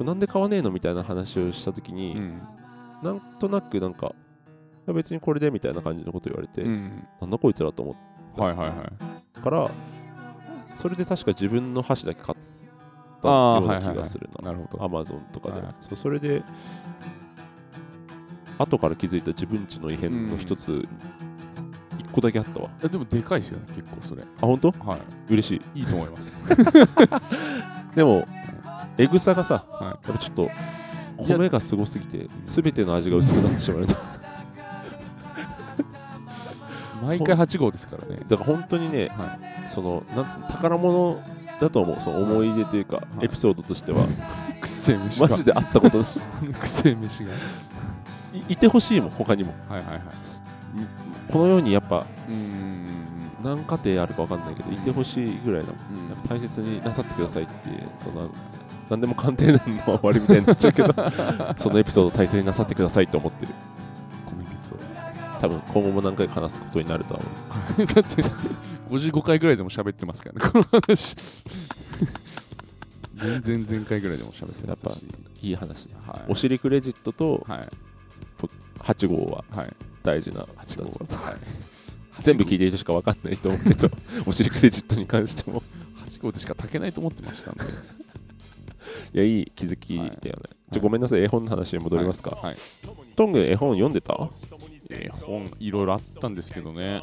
[SPEAKER 1] れなんで買わねえのみたいな話をした時
[SPEAKER 2] う
[SPEAKER 1] に、
[SPEAKER 2] ん
[SPEAKER 1] なんとなくなんかいや別にこれでみたいな感じのこと言われて、
[SPEAKER 2] うん
[SPEAKER 1] なんだこいつらと思っ
[SPEAKER 2] はいはいはい
[SPEAKER 1] たからそれで確か自分の箸だけ買った
[SPEAKER 2] あ
[SPEAKER 1] よ
[SPEAKER 2] ー
[SPEAKER 1] う
[SPEAKER 2] は
[SPEAKER 1] な
[SPEAKER 2] いは
[SPEAKER 1] 気
[SPEAKER 2] いはい
[SPEAKER 1] がするな
[SPEAKER 2] なるほど
[SPEAKER 1] アマゾンとかで、
[SPEAKER 2] はい
[SPEAKER 1] そうそれで後から気づいた自分ちの異変の一つ、一個だけあったわ。
[SPEAKER 2] えでもでかいですよね結構それ
[SPEAKER 1] あ、本当
[SPEAKER 2] は
[SPEAKER 1] 嬉しい。
[SPEAKER 2] いいいと思います
[SPEAKER 1] でも、エグさがさ、
[SPEAKER 2] (laughs) は
[SPEAKER 1] やっぱちょっと、米がすごすぎて、すべての味が薄くなってしまう。
[SPEAKER 2] (laughs)
[SPEAKER 1] だか
[SPEAKER 2] い毎回8号ですからね
[SPEAKER 1] ら本当にね、
[SPEAKER 2] は
[SPEAKER 1] その、なんつうの宝物だと思う、その思い出というか、
[SPEAKER 2] い
[SPEAKER 1] エピソードとして
[SPEAKER 2] (laughs)
[SPEAKER 1] は、
[SPEAKER 2] くせえ飯が
[SPEAKER 1] マジであったことです。
[SPEAKER 2] (laughs) くせえ飯が
[SPEAKER 1] いいてほしいもん、他にも。
[SPEAKER 2] はいはいはい
[SPEAKER 1] このようにやっぱ、
[SPEAKER 2] うーん
[SPEAKER 1] 何家庭あるか分かんないけど、いてほしいぐらいだもん。
[SPEAKER 2] うん
[SPEAKER 1] 大切になさってくださいっていうそんな何でも鑑定団の終わりみたいになっちゃうけどそのエピソードを大切になさってくださいと思ってる
[SPEAKER 2] 米びつを
[SPEAKER 1] 多分今後も何回か話すことになるとは思
[SPEAKER 2] (laughs) だって55回ぐらいでも喋ってますからねこの話全然前回ぐらいでも喋ってますし
[SPEAKER 1] ういい話
[SPEAKER 2] はい
[SPEAKER 1] お尻クレジットと
[SPEAKER 2] はい
[SPEAKER 1] 8号は
[SPEAKER 2] はい
[SPEAKER 1] 大事な
[SPEAKER 2] 8号はい
[SPEAKER 1] 全部聞いている人しか分かんないと思うけどお尻クレジットに関しても
[SPEAKER 2] 8号でしか炊けないと思ってましたんで
[SPEAKER 1] いやいい気づきだよね、じゃあごめんなさい絵本の話に戻りますか、
[SPEAKER 2] はい
[SPEAKER 1] トング絵本読んでたあ
[SPEAKER 2] えー本いろいろあったんですけどね
[SPEAKER 1] んま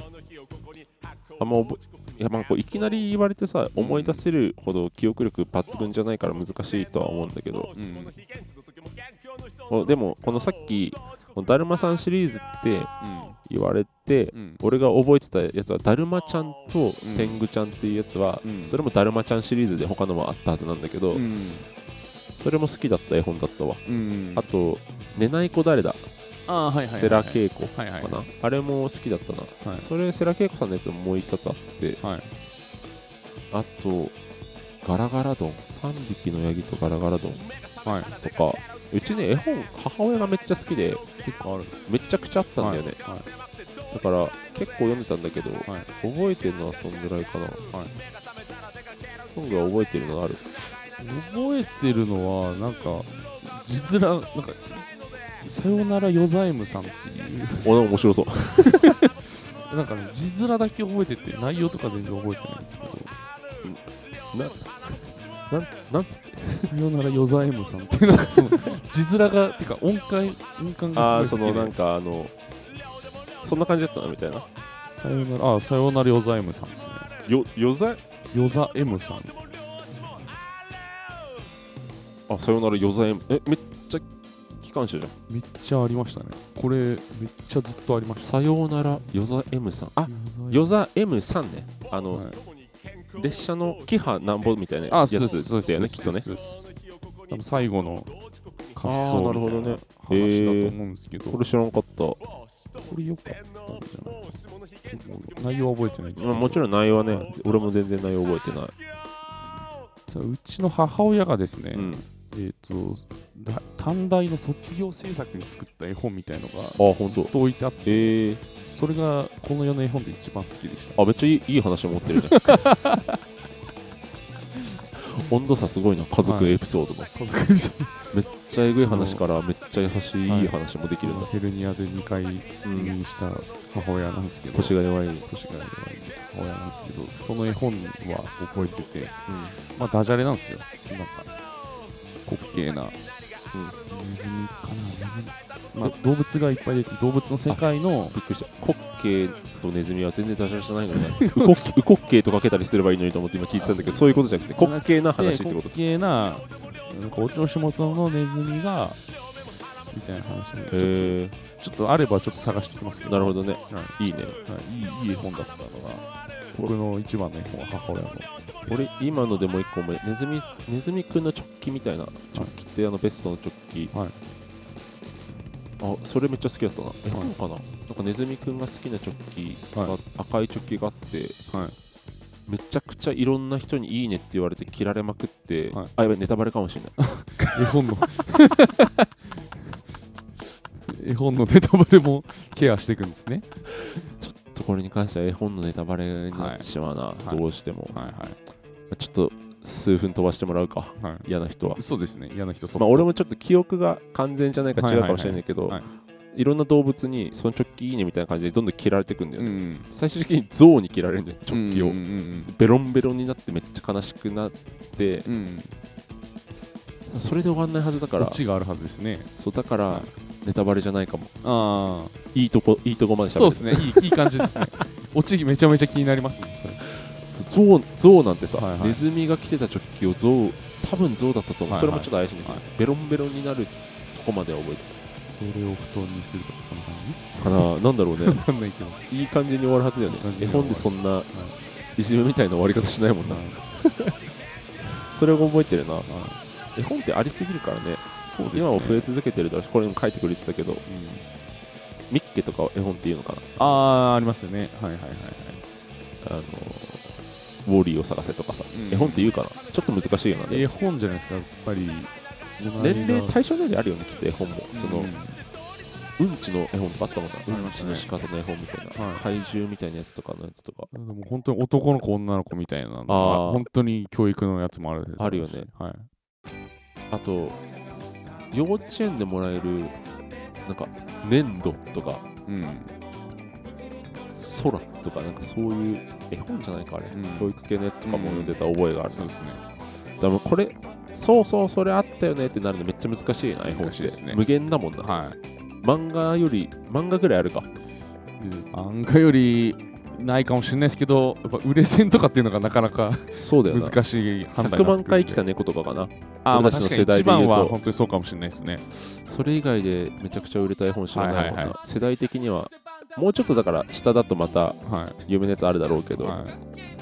[SPEAKER 1] 覚えいやまあこういきなり言われてさ思い出せるほど記憶力抜群じゃないから難しいとは思うんだけど
[SPEAKER 2] うん
[SPEAKER 1] おでもこのさっきこのだるまさんシリーズって言われて
[SPEAKER 2] うん
[SPEAKER 1] 俺が覚えてたやつはだるまちゃんと天狗ちゃんっていうやつは、
[SPEAKER 2] うん
[SPEAKER 1] それもだるまちゃんシリーズで他のもあったはずなんだけど、
[SPEAKER 2] うん
[SPEAKER 1] それも好きだった絵本だったわ、
[SPEAKER 2] うん
[SPEAKER 1] あと「寝ない子誰だ」
[SPEAKER 2] あーはいはい
[SPEAKER 1] 世良
[SPEAKER 2] イ
[SPEAKER 1] 恵子か
[SPEAKER 2] はいはい
[SPEAKER 1] な、あれも好きだったな、
[SPEAKER 2] はい
[SPEAKER 1] それ世良恵子さんのやつももう一冊あって
[SPEAKER 2] はい
[SPEAKER 1] あと「ガラガラドン3匹のヤギとガラガラドン
[SPEAKER 2] は」
[SPEAKER 1] とかうちね絵本母親がめっちゃ好きで
[SPEAKER 2] い結構あるんです
[SPEAKER 1] めちゃくちゃあったんだよね、
[SPEAKER 2] はい
[SPEAKER 1] だから結構読んでたんだけど、覚えてるのはそんぐらいかな、
[SPEAKER 2] はい
[SPEAKER 1] トングは覚えてるのある
[SPEAKER 2] 覚えてるのはなんか実らなんかさよならヨザイムさんっていう
[SPEAKER 1] おなんか面白そう
[SPEAKER 2] なんかね字面だけ覚えてて内容とか全然覚えてないんですけど
[SPEAKER 1] なんなんつって
[SPEAKER 2] さよならヨザエムさんっていうなんかその字面がてか音階音感
[SPEAKER 1] ああ (laughs)
[SPEAKER 2] が
[SPEAKER 1] ー
[SPEAKER 2] す
[SPEAKER 1] そ
[SPEAKER 2] ごい
[SPEAKER 1] のな
[SPEAKER 2] 好
[SPEAKER 1] ん
[SPEAKER 2] きで
[SPEAKER 1] かあのそんな感じだったなみたいな
[SPEAKER 2] さよならあさよならヨザエムさんですね
[SPEAKER 1] よよざ
[SPEAKER 2] ヨザエムさん
[SPEAKER 1] あさよならよざええめっちゃ機関車じゃん
[SPEAKER 2] めっちゃありましたねこれめっちゃずっとありまし
[SPEAKER 1] さようならよざ M さんあ
[SPEAKER 2] たヨ
[SPEAKER 1] よざ M さんねあの、
[SPEAKER 2] はい
[SPEAKER 1] 列車のキハなんぼみたいな
[SPEAKER 2] ザ
[SPEAKER 1] や
[SPEAKER 2] あ
[SPEAKER 1] つ
[SPEAKER 2] そうですそうです
[SPEAKER 1] だよねきっと
[SPEAKER 2] そうで
[SPEAKER 1] ね
[SPEAKER 2] すそうです多分最後の滑走みたい
[SPEAKER 1] あーなるほどね
[SPEAKER 2] な話だと思うんですけど、
[SPEAKER 1] これ知らんかった
[SPEAKER 2] これ良かったんじゃないですかもう内容は覚えてないんですけ
[SPEAKER 1] まあ
[SPEAKER 2] ど
[SPEAKER 1] もちろん内容はね俺も全然内容覚えてない、
[SPEAKER 2] ただうちの母親がですね、
[SPEAKER 1] うん、
[SPEAKER 2] えっ、とだ短大の卒業制作に作った絵本みたいのが
[SPEAKER 1] あ本
[SPEAKER 2] ずっ
[SPEAKER 1] 当。
[SPEAKER 2] と置いてあって
[SPEAKER 1] えー、
[SPEAKER 2] それがこの世の絵本で一番好きでした
[SPEAKER 1] あめっちゃいいいい話持って (laughs) るね温度差すごいな家族エピソードの、
[SPEAKER 2] 家族みたい
[SPEAKER 1] めっちゃえぐい話からめっちゃ優しい、
[SPEAKER 2] はい
[SPEAKER 1] い、い話もできるんだ
[SPEAKER 2] な、ヘルニアで2回入
[SPEAKER 1] うん、
[SPEAKER 2] 院した母親なんですけど
[SPEAKER 1] 腰が弱い、うん
[SPEAKER 2] 腰が弱い母親なんですけどその絵本は覚えててまあダジャレなんですよなんか滑稽なネズミかなネズミまあ動物がいっぱい出て動物の世界の
[SPEAKER 1] びっくりしたコッケーとネズミは全然ダジャレじゃないの (laughs) ねウコッウコッケーとかけたりすればいいのにと思って今聞いてたんだけどそういうことじゃなくて滑稽な話ってこと
[SPEAKER 2] 滑稽なうんこううちの仕事のネズミがみたいな話なんでちょっと
[SPEAKER 1] へえ
[SPEAKER 2] ちょっとあればちょっと探してきますけど
[SPEAKER 1] なるほどね
[SPEAKER 2] はい
[SPEAKER 1] いいね
[SPEAKER 2] はい、いいいい本だったのが僕の一番の絵本は母親の
[SPEAKER 1] 俺今のでもう一個思いネズミネズミくんのチョッキみたいなチョッキってあのベストのチョッキ、
[SPEAKER 2] はい
[SPEAKER 1] あそれめっちゃ好きだったなえ、そうかななんかネズミくんが好きなチョッキが、
[SPEAKER 2] は
[SPEAKER 1] 赤いチョッキがあって
[SPEAKER 2] はい
[SPEAKER 1] めちゃくちゃいろんな人に「いいね」って言われて切られまくって、
[SPEAKER 2] はい
[SPEAKER 1] あやばいネタバレかもしれない
[SPEAKER 2] 絵本の (laughs) 絵本のネタバレも (laughs) ケアしていくんですね
[SPEAKER 1] ところに関しては絵本のネタバレになっ
[SPEAKER 2] はい
[SPEAKER 1] てしまうな、
[SPEAKER 2] い
[SPEAKER 1] どうしても、
[SPEAKER 2] はいは
[SPEAKER 1] ちょっと数分飛ばしてもらうか
[SPEAKER 2] いは
[SPEAKER 1] 嫌な人はい
[SPEAKER 2] そうですね嫌な人そっと
[SPEAKER 1] まあ、俺もちょっと記憶が完全じゃないから違うかもしれないけど、
[SPEAKER 2] はいはい
[SPEAKER 1] いろんな動物にそのチョッキいいねみたいな感じでどんどん切られていくんだよ
[SPEAKER 2] う
[SPEAKER 1] ね、
[SPEAKER 2] ん
[SPEAKER 1] 最終的に象に切られるんだよチョッキを、
[SPEAKER 2] うんうん
[SPEAKER 1] ベロンベロンになってめっちゃ悲しくなって
[SPEAKER 2] うんうん
[SPEAKER 1] それで終わんないはずだか
[SPEAKER 2] こ
[SPEAKER 1] ら
[SPEAKER 2] っちがあるはずですね
[SPEAKER 1] そうだから、ネタバレじゃないかも
[SPEAKER 2] ああ
[SPEAKER 1] いいとこいいとこまでしゃ
[SPEAKER 2] そう
[SPEAKER 1] べ
[SPEAKER 2] ですねいいいい感じですねオチめちゃめちゃ気になりますもんそれ
[SPEAKER 1] ゾウゾウなんてさ、
[SPEAKER 2] はいはい
[SPEAKER 1] ネズミが着てた直球をゾウ多分ゾウだったと思う、
[SPEAKER 2] はいはい
[SPEAKER 1] それもちょっと怪しいんだけど、
[SPEAKER 2] はい
[SPEAKER 1] ベロンベロンになるとこまでは覚えて
[SPEAKER 2] それを布団にするとかそんな感
[SPEAKER 1] るかななんだろう
[SPEAKER 2] じ (laughs)
[SPEAKER 1] ね
[SPEAKER 2] わかんないけど、
[SPEAKER 1] いい感じに終わるはずだよね
[SPEAKER 2] いい感じ
[SPEAKER 1] 絵
[SPEAKER 2] に終わ
[SPEAKER 1] 本
[SPEAKER 2] る
[SPEAKER 1] でそんないじめみたいな終わり方しないもんな、
[SPEAKER 2] はい
[SPEAKER 1] それを覚えてるな、絵本ってありすぎるからね
[SPEAKER 2] そうですね
[SPEAKER 1] 今も増え続けてるだろうしこれにも書いてくれてたけど
[SPEAKER 2] うん
[SPEAKER 1] ミッケとかは絵本っていうのかな
[SPEAKER 2] ああありますよねはいはいはいはい
[SPEAKER 1] あのウォーリーを探せとかさ、
[SPEAKER 2] うん
[SPEAKER 1] 絵本って言うかなちょっと難しいよな、
[SPEAKER 2] 絵本じゃないですかやっぱり
[SPEAKER 1] 年齢
[SPEAKER 2] い
[SPEAKER 1] 対象年齢あるよねきっと絵本も、そのうんちの絵本とかあったもんな、
[SPEAKER 2] り
[SPEAKER 1] うん
[SPEAKER 2] ま
[SPEAKER 1] ち
[SPEAKER 2] したね
[SPEAKER 1] の仕方の絵本みたいな、
[SPEAKER 2] はい
[SPEAKER 1] 怪獣みたいなやつとかのやつとか
[SPEAKER 2] でも本当に男の子女の子みたいなのが
[SPEAKER 1] あー
[SPEAKER 2] 本当に教育のやつもある
[SPEAKER 1] あるよね
[SPEAKER 2] はい
[SPEAKER 1] あと幼稚園でもらえるなんか粘土とか
[SPEAKER 2] うん
[SPEAKER 1] 空とかなんかそういう絵本じゃないかあれ、
[SPEAKER 2] うん
[SPEAKER 1] 教育系のやつとかも読んでた覚えがある、
[SPEAKER 2] そうですね
[SPEAKER 1] 多分これそうそうそれあったよねってなるのめっちゃ難しいな絵本っ
[SPEAKER 2] 難しい
[SPEAKER 1] て
[SPEAKER 2] ですね
[SPEAKER 1] 無限だもんな、
[SPEAKER 2] はい
[SPEAKER 1] 漫画より漫画ぐらいあるか
[SPEAKER 2] 漫画よりないかもしれないですけどやっぱ売れ線とかっていうのがなかなか
[SPEAKER 1] そうだよな
[SPEAKER 2] 難しい判
[SPEAKER 1] 100
[SPEAKER 2] 断になっ
[SPEAKER 1] 万
[SPEAKER 2] てくるん
[SPEAKER 1] 回
[SPEAKER 2] で
[SPEAKER 1] 来た猫とかかな
[SPEAKER 2] あーまあ
[SPEAKER 1] 俺たちの
[SPEAKER 2] 確かに
[SPEAKER 1] 世代で
[SPEAKER 2] 一
[SPEAKER 1] 言うと
[SPEAKER 2] 番は本当にそうかもしれないですね
[SPEAKER 1] それ以外でめちゃくちゃ売れた絵本知らないもんな、
[SPEAKER 2] はいはいは
[SPEAKER 1] 世代的にはもうちょっとだから下だとまた
[SPEAKER 2] は
[SPEAKER 1] 有名なやつあるだろうけ
[SPEAKER 2] い、
[SPEAKER 1] ど、
[SPEAKER 2] は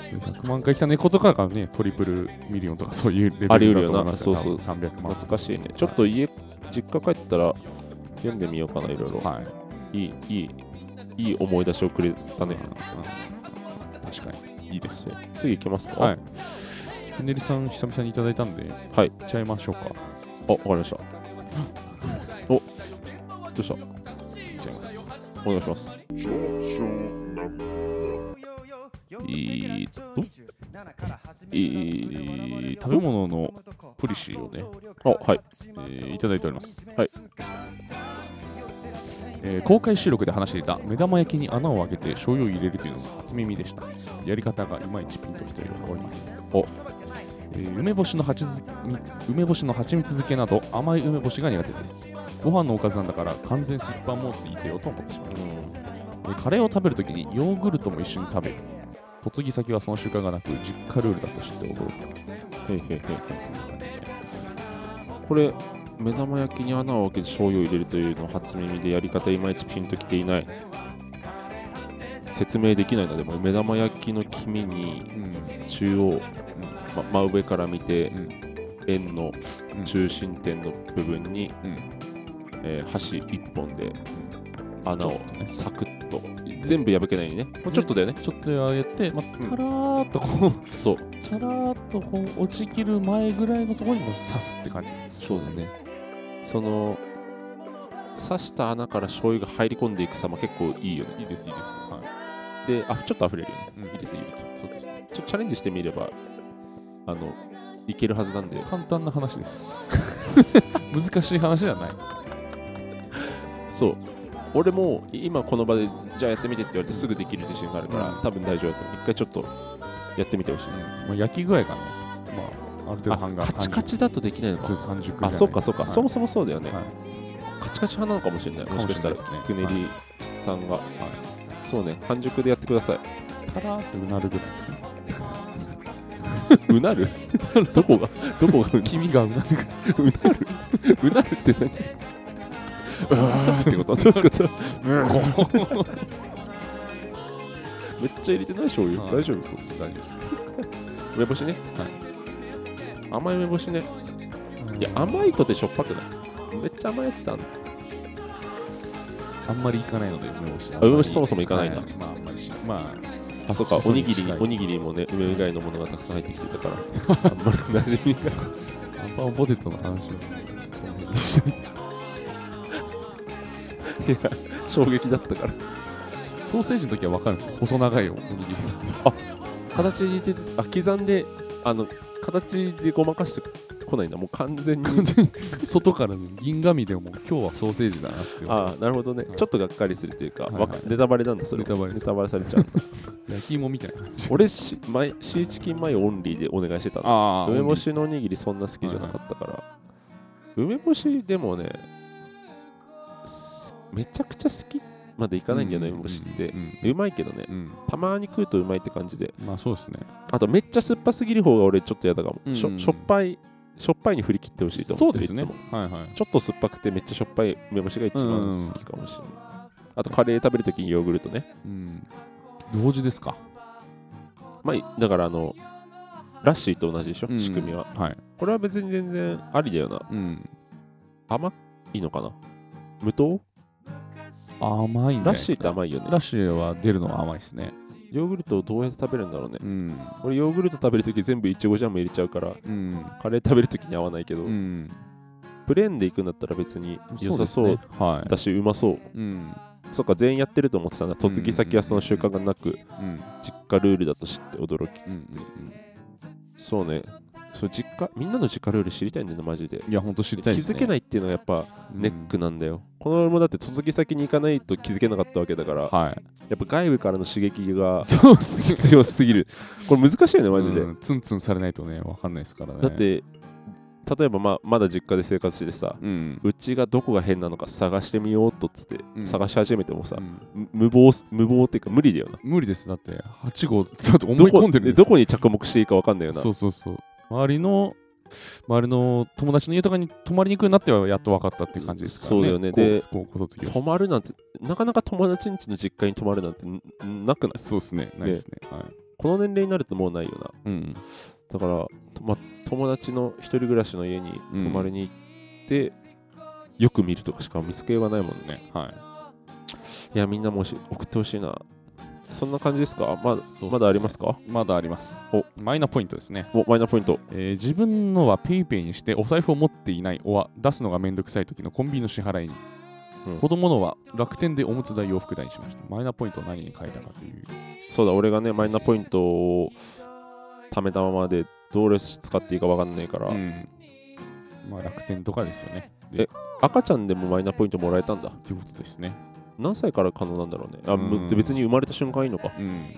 [SPEAKER 2] い、100万回来た猫とかがねトリプルミリオンとかそういうレベル
[SPEAKER 1] あり得
[SPEAKER 2] だ
[SPEAKER 1] るよ
[SPEAKER 2] と
[SPEAKER 1] な
[SPEAKER 2] 思いますよ
[SPEAKER 1] そう
[SPEAKER 2] 多分300万
[SPEAKER 1] 懐かしいねちょっと家実家帰ったら読んでみようかないろいろ、
[SPEAKER 2] は
[SPEAKER 1] い、
[SPEAKER 2] い
[SPEAKER 1] いいいいいい思い出しをくれたね、
[SPEAKER 2] 確かにいいです
[SPEAKER 1] そう次行きますか
[SPEAKER 2] はいひくねりさん久々にいただいたんで
[SPEAKER 1] はい
[SPEAKER 2] 行っちゃいましょうか
[SPEAKER 1] あわかりま
[SPEAKER 2] (laughs)
[SPEAKER 1] したおどうした
[SPEAKER 2] 行っちゃいます
[SPEAKER 1] お願いします
[SPEAKER 2] えー
[SPEAKER 4] えーっと、えー、
[SPEAKER 2] 食
[SPEAKER 4] 食
[SPEAKER 2] べ
[SPEAKER 4] べ
[SPEAKER 2] 物
[SPEAKER 4] 物
[SPEAKER 2] の
[SPEAKER 4] の
[SPEAKER 2] ポ
[SPEAKER 4] ポ
[SPEAKER 2] リ
[SPEAKER 4] リ
[SPEAKER 2] シ
[SPEAKER 4] シ
[SPEAKER 2] ー
[SPEAKER 4] ー
[SPEAKER 2] を
[SPEAKER 4] を
[SPEAKER 2] ね
[SPEAKER 4] ね、
[SPEAKER 1] あはい
[SPEAKER 2] え
[SPEAKER 4] え
[SPEAKER 2] ー
[SPEAKER 4] ー
[SPEAKER 2] い
[SPEAKER 4] い
[SPEAKER 2] た
[SPEAKER 4] た
[SPEAKER 2] だ
[SPEAKER 4] だ
[SPEAKER 2] い
[SPEAKER 4] い
[SPEAKER 2] て
[SPEAKER 4] て
[SPEAKER 2] おり
[SPEAKER 4] おり
[SPEAKER 2] ま
[SPEAKER 4] ますす。
[SPEAKER 1] はい
[SPEAKER 2] えー公開収録で話していた目玉焼きに穴を開けて醤油を入れるというのが初耳でしたやり方がいまいちピンときていると思いますお、えー梅干しの蜂漬け梅干しの蜂蜜漬けなど甘い梅干しが苦手ですご飯のおかずなんだから完全酸っぱもんって言ってようと思ってしまいます、えーカレーを食べるときにヨーグルトも一緒に食べる嫁ぎ先はその習慣がなく実家ルールだと知って驚きます
[SPEAKER 1] へいへいへいへいこれ目玉焼きに穴を開けて醤油を入れるというのを初耳でやり方いまいちピンときていない説明できないのでも目玉焼きの黄身に
[SPEAKER 2] うん
[SPEAKER 1] 中央、ま真上から見て、
[SPEAKER 2] うん
[SPEAKER 1] 円の
[SPEAKER 2] うん
[SPEAKER 1] 中心点の部分に、
[SPEAKER 2] うん
[SPEAKER 1] えー箸1本で穴を
[SPEAKER 2] ね
[SPEAKER 1] サクッと全部破けないようにねもうちょっとだよね
[SPEAKER 2] ちょっと上げて、まあ、
[SPEAKER 1] うん
[SPEAKER 2] たらーっとこう
[SPEAKER 1] そう
[SPEAKER 2] さらーっとこう落ちきる前ぐらいのところにもう刺すって感じです。
[SPEAKER 1] そうだねその刺した穴から醤油が入り込んでいく様結構いいよね
[SPEAKER 2] いいです、いいです。は
[SPEAKER 1] であちょっと溢れるよね、
[SPEAKER 2] うん
[SPEAKER 1] いいですいいですそうですちょチャレンジしてみればあのいけるはずなんで
[SPEAKER 2] い、簡単な話 (laughs) です。難しい話ではない。
[SPEAKER 1] そう俺も今この場でじゃあやってみてって言われてすぐできる自信があるから、
[SPEAKER 2] うん
[SPEAKER 1] 多分大丈夫だと思う一回ちょっとやってみてほしい
[SPEAKER 2] まあ、焼き具合がね、まあ、ある程度
[SPEAKER 1] あ
[SPEAKER 2] 半が
[SPEAKER 1] カチカチだとできないの
[SPEAKER 2] 半熟そう
[SPEAKER 1] かあそうか
[SPEAKER 2] です半熟じゃない
[SPEAKER 1] そうか、
[SPEAKER 2] はい
[SPEAKER 1] そもそもそうだよね、
[SPEAKER 2] はい
[SPEAKER 1] カチカチ派なのかもしれないもしかしたら
[SPEAKER 2] かもしれない
[SPEAKER 1] くね
[SPEAKER 2] ですね
[SPEAKER 1] りさんが、そうね半熟でやってください
[SPEAKER 2] たらーっとうなるぐらいですね。
[SPEAKER 1] うなる (laughs) どこがどこがうなる
[SPEAKER 2] 黄身がうなるぐら
[SPEAKER 1] う
[SPEAKER 2] い。
[SPEAKER 1] なるって何 (laughs) うわーってことどういうこと (laughs) めっちゃ入れてない醤油、
[SPEAKER 2] はい
[SPEAKER 1] 大丈夫そう
[SPEAKER 2] 大丈夫
[SPEAKER 1] (laughs)
[SPEAKER 2] です。
[SPEAKER 1] 梅干しね、甘い梅干しね
[SPEAKER 2] (laughs)
[SPEAKER 1] いや甘いとてしょっぱくないめっちゃ甘いやつだな
[SPEAKER 2] あんまりいかないので、梅干し。
[SPEAKER 1] 梅干しそもそもいかないんだ
[SPEAKER 2] はまあ、あんまりし。ま
[SPEAKER 1] あそうか
[SPEAKER 2] そ
[SPEAKER 1] お
[SPEAKER 2] う
[SPEAKER 1] にぎり
[SPEAKER 2] 近い
[SPEAKER 1] おにぎりもね梅以外のものがたくさん入ってきてたから (laughs) あんまり馴染みが
[SPEAKER 2] あ、アンパンポテトの話を。その辺にしてみて
[SPEAKER 1] いや衝撃だったから
[SPEAKER 2] ソーセージの時はわかるんですよ。細長いおにぎり。
[SPEAKER 1] 形であ刻んであの形でごまかしてこないんだもう完全に
[SPEAKER 2] 外からね、銀紙でも今日はソーセージだなって思う
[SPEAKER 1] ああなるほどねちょっとがっかりするというか、
[SPEAKER 2] はい
[SPEAKER 1] わかネタバレなんだそれ
[SPEAKER 2] ネタバレ
[SPEAKER 1] ネタバレされちゃう
[SPEAKER 2] 焼き芋みたいな感じ
[SPEAKER 1] 俺し前シーチキンマヨオンリーでお願いしてたの
[SPEAKER 2] あ
[SPEAKER 1] 梅干しのおにぎりそんな好きじゃなかったから、梅干しでもねめちゃくちゃ好きまでいかないんじゃない虫って
[SPEAKER 2] う。ん
[SPEAKER 1] うまいけどね。
[SPEAKER 2] うん
[SPEAKER 1] たまに食うとうまいって感じで。
[SPEAKER 2] まあそうですね
[SPEAKER 1] あとめっちゃ酸っぱすぎる方が俺ちょっと嫌だかも、
[SPEAKER 2] うん
[SPEAKER 1] しょしょっぱいしょっぱいに振り切ってほしいと思ってる
[SPEAKER 2] そうですね
[SPEAKER 1] いつも
[SPEAKER 2] はいはい
[SPEAKER 1] ちょっと酸っぱくてめっちゃしょっぱい梅干しが一番好きかもしれない、あとカレー食べるときにヨーグルトね
[SPEAKER 2] うん同時ですか
[SPEAKER 1] まあだからあのラッシーと同じでしょ、仕組みは
[SPEAKER 2] はい
[SPEAKER 1] これは別に全然ありだよな
[SPEAKER 2] うん
[SPEAKER 1] 甘いのかな無糖
[SPEAKER 2] 甘いん
[SPEAKER 1] ラッシーって甘いよね
[SPEAKER 2] ラッシーは出るのは甘いですね
[SPEAKER 1] ヨーグルトをどうやって食べるんだろうね
[SPEAKER 2] うん
[SPEAKER 1] 俺ヨーグルト食べるとき全部いちごジャム入れちゃうから
[SPEAKER 2] うん
[SPEAKER 1] カレー食べるときに合わないけど、
[SPEAKER 2] うん
[SPEAKER 1] プレーンで行くんだったら別に良さそう
[SPEAKER 2] ですねは
[SPEAKER 1] だしうまそう
[SPEAKER 2] いうん
[SPEAKER 1] そっか全員やってると思ってたんだ嫁ぎ先はその習慣がなく
[SPEAKER 2] うん
[SPEAKER 1] 実家ルールだと知って驚き、
[SPEAKER 2] うんうん
[SPEAKER 1] そうねそう実家みんなの実家ルール知りたいんだよなマジで
[SPEAKER 2] いや本当知りた
[SPEAKER 1] 気
[SPEAKER 2] いです
[SPEAKER 1] づ
[SPEAKER 2] ね
[SPEAKER 1] けないっていうのがやっぱネックなんだよ、この俺もだって嫁ぎ先に行かないと気づけなかったわけだから、
[SPEAKER 2] うんはい
[SPEAKER 1] やっぱ外部からの刺激が
[SPEAKER 2] そうすぎ
[SPEAKER 1] 必要すぎるこれ難しいよねマジで、
[SPEAKER 2] うんツンツンされないとねわかんないですからね
[SPEAKER 1] だって例えばまあまだ実家で生活しててさ
[SPEAKER 2] うん
[SPEAKER 1] うちがどこが変なのか探してみようとっつって
[SPEAKER 2] うん
[SPEAKER 1] 探し始めてもさ
[SPEAKER 2] う、ん
[SPEAKER 1] む無謀す無謀っていうか無理だよな
[SPEAKER 2] 無理ですだって8号だと思
[SPEAKER 1] ど
[SPEAKER 2] い込
[SPEAKER 1] こ
[SPEAKER 2] んでるんです
[SPEAKER 1] どこに着目していいか分かんないよな
[SPEAKER 2] そうそうそう周りの周りの友達の家とかに泊まりに行くようになってはやっと分かったっていう感じですからね
[SPEAKER 1] そうだよね
[SPEAKER 2] こ
[SPEAKER 1] で
[SPEAKER 2] こうこと
[SPEAKER 1] 泊まるなんてなかなか友達ん家の実家に泊まるなんてんなくない
[SPEAKER 2] そうですねないですねはい
[SPEAKER 1] この年齢になるともうないよな
[SPEAKER 2] うん
[SPEAKER 1] だからと、ま、友達の一人暮らしの家に泊
[SPEAKER 2] うん
[SPEAKER 1] まりに行って、よく見るとかしか見つけようがないもんね
[SPEAKER 2] そうっすねはい
[SPEAKER 1] やみんなもし送ってほしいなそんな感じですかま
[SPEAKER 2] いそうっすね
[SPEAKER 1] まだありますか
[SPEAKER 2] まだあります
[SPEAKER 1] お
[SPEAKER 2] マイナポイントですね
[SPEAKER 1] おマイナポイント
[SPEAKER 2] えー自分のは PayPay にしてお財布を持っていないおは出すのがめんどくさい時のコンビニの支払いに、
[SPEAKER 1] うん
[SPEAKER 2] 子供のは楽天でおむつ代洋服代にしましたマイナポイントを何に変えたかという
[SPEAKER 1] そうだ俺がねマイナポイントを貯めたままでどれ使っていいか分かんないから、
[SPEAKER 2] うんまあ楽天とかですよね
[SPEAKER 1] え赤ちゃんでもマイナポイントもらえたんだ
[SPEAKER 2] ということですね
[SPEAKER 1] 何歳から可能なんだろうねあ、む
[SPEAKER 2] うん
[SPEAKER 1] 別に生まれた瞬間いいのか
[SPEAKER 2] うん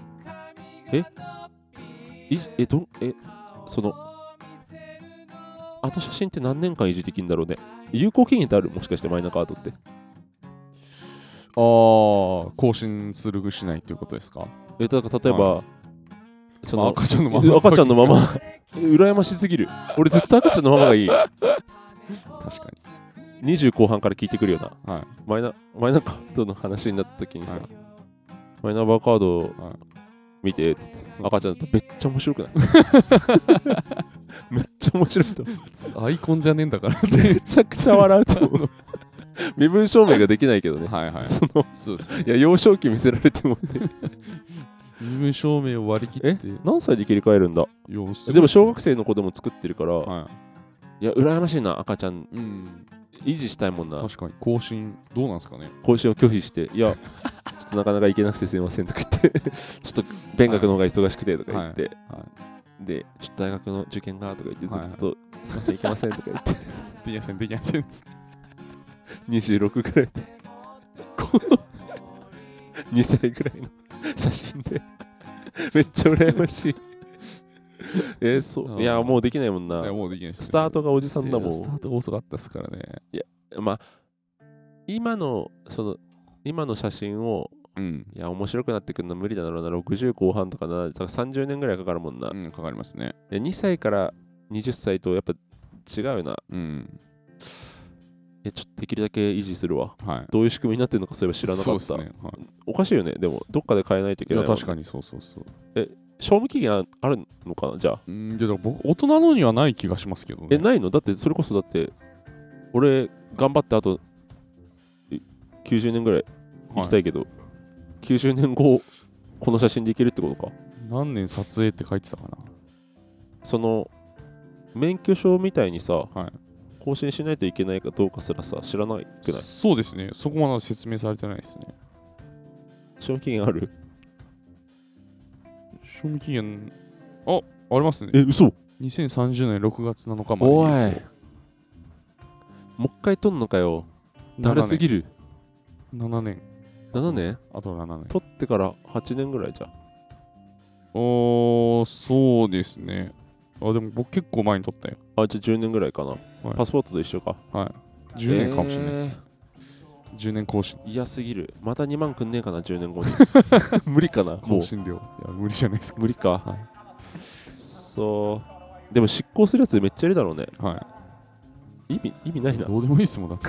[SPEAKER 1] いじえどんえそのあと写真って何年間維持できるんだろうね有効期限ってあるもしかしてマイナカードって
[SPEAKER 2] ああ更新するしないということですか
[SPEAKER 1] えだから例えば、そ
[SPEAKER 2] まあ
[SPEAKER 1] の
[SPEAKER 2] 赤ちゃんのま
[SPEAKER 1] (laughs)
[SPEAKER 2] ま
[SPEAKER 1] 赤ちゃんのまま羨ましすぎる俺ずっと赤ちゃんのままがいい
[SPEAKER 2] 確か
[SPEAKER 1] 20後半から聞いてくるよな
[SPEAKER 2] にはい
[SPEAKER 1] マイナマイナカードの話になった時にさ、
[SPEAKER 2] はい
[SPEAKER 1] マイナンバーカード
[SPEAKER 2] はい
[SPEAKER 1] 見てっつって赤ちゃんだったらめっちゃ面白 (laughs) くないめっちゃ面白いと思う
[SPEAKER 2] アイコンじゃねえん
[SPEAKER 1] (laughs)
[SPEAKER 2] だから
[SPEAKER 1] めちゃくちゃ笑うと思う (laughs) 身分証明ができないけどね
[SPEAKER 2] はいはい
[SPEAKER 1] その
[SPEAKER 2] そうですね
[SPEAKER 1] いや幼少期見せられ (laughs) てもね
[SPEAKER 2] 身分証明を割り切って
[SPEAKER 1] 何歳で切り替えるんだ
[SPEAKER 2] 様子
[SPEAKER 1] でも小学生の子でも作ってるから、、
[SPEAKER 2] はい
[SPEAKER 1] や羨ましいな赤ちゃん
[SPEAKER 2] いうん
[SPEAKER 1] 維持したいもんな
[SPEAKER 2] 確かに更新どうなんですかね
[SPEAKER 1] 更新を拒否していやちょっとなかなか行けなくてすいませんとか言って (laughs) ちょっと勉学の方が忙しくてとか言って、
[SPEAKER 2] はい
[SPEAKER 1] でちょっと大学の受験がとか言ってず
[SPEAKER 2] はい
[SPEAKER 1] っと「すいません行けません」とか言って (laughs)
[SPEAKER 2] できませんできません
[SPEAKER 1] 26ぐらいでこの (laughs) 2歳ぐらいの写真でめっちゃ羨ましいえーそういやもうできないもん
[SPEAKER 2] いや
[SPEAKER 1] な
[SPEAKER 2] もうできないですね
[SPEAKER 1] スタートがおじさんだも
[SPEAKER 2] いやスタ
[SPEAKER 1] ん
[SPEAKER 2] ートが遅かったですからね
[SPEAKER 1] まあ今のその今の写真を
[SPEAKER 2] うん
[SPEAKER 1] いや面白くなってくるの無理だろうな60後半とかなだから30年ぐらいかかるもんな、い
[SPEAKER 2] うんかかりますね
[SPEAKER 1] や2歳から20歳とやっぱ違うよな
[SPEAKER 2] うん
[SPEAKER 1] えちょっとできるだけ維持するわ
[SPEAKER 2] はい
[SPEAKER 1] どういう仕組みになってるのかそういえば知らなかっ
[SPEAKER 2] そ
[SPEAKER 1] た、
[SPEAKER 2] うですねはい
[SPEAKER 1] おかしいよねでもどっかで変えないといけ
[SPEAKER 2] い
[SPEAKER 1] ない
[SPEAKER 2] や
[SPEAKER 1] もん
[SPEAKER 2] 確かにそうそうそう
[SPEAKER 1] 賞味期限ああるのかなじゃあ
[SPEAKER 2] うんいやだから僕大人のにはない気がしますけどね
[SPEAKER 1] えないのだってそれこそだって俺頑張ってあとえ90年ぐらい行きたいけど、90年後この写真でいけるってことか
[SPEAKER 2] 何年撮影って書いてたかな
[SPEAKER 1] その免許証みたいにさ、
[SPEAKER 2] い
[SPEAKER 1] 更新しないといけないかどうかすらさ知らないくない
[SPEAKER 2] そうですねそこまで説明されてないですね
[SPEAKER 1] 賞味期限ある
[SPEAKER 2] 賞味期限あありますね
[SPEAKER 1] え嘘
[SPEAKER 2] 2030年6月7日まで
[SPEAKER 1] おいもう一回撮んのかよだるすぎ
[SPEAKER 2] る
[SPEAKER 1] る
[SPEAKER 2] 7年
[SPEAKER 1] 7年
[SPEAKER 2] あと7年
[SPEAKER 1] 撮ってから8年ぐらいじゃん
[SPEAKER 2] おーそうですねあでも僕結構前に撮ったよ
[SPEAKER 1] あじゃあ10年ぐらいかな、
[SPEAKER 2] はい
[SPEAKER 1] パスポートと一緒か
[SPEAKER 2] 10年かもしれないです、
[SPEAKER 1] えー
[SPEAKER 2] 10年更新
[SPEAKER 1] 嫌すぎるまた2万くんねえかな10年後に (laughs) 無理かなも
[SPEAKER 2] 更
[SPEAKER 1] う
[SPEAKER 2] 新料いや無理じゃないですか
[SPEAKER 1] 無理か、
[SPEAKER 2] はい
[SPEAKER 1] くっそうでも執行するやつめっちゃいるだろうね
[SPEAKER 2] は
[SPEAKER 1] 意味意味ない
[SPEAKER 2] い
[SPEAKER 1] ない
[SPEAKER 2] どうでもいいっすもんだっ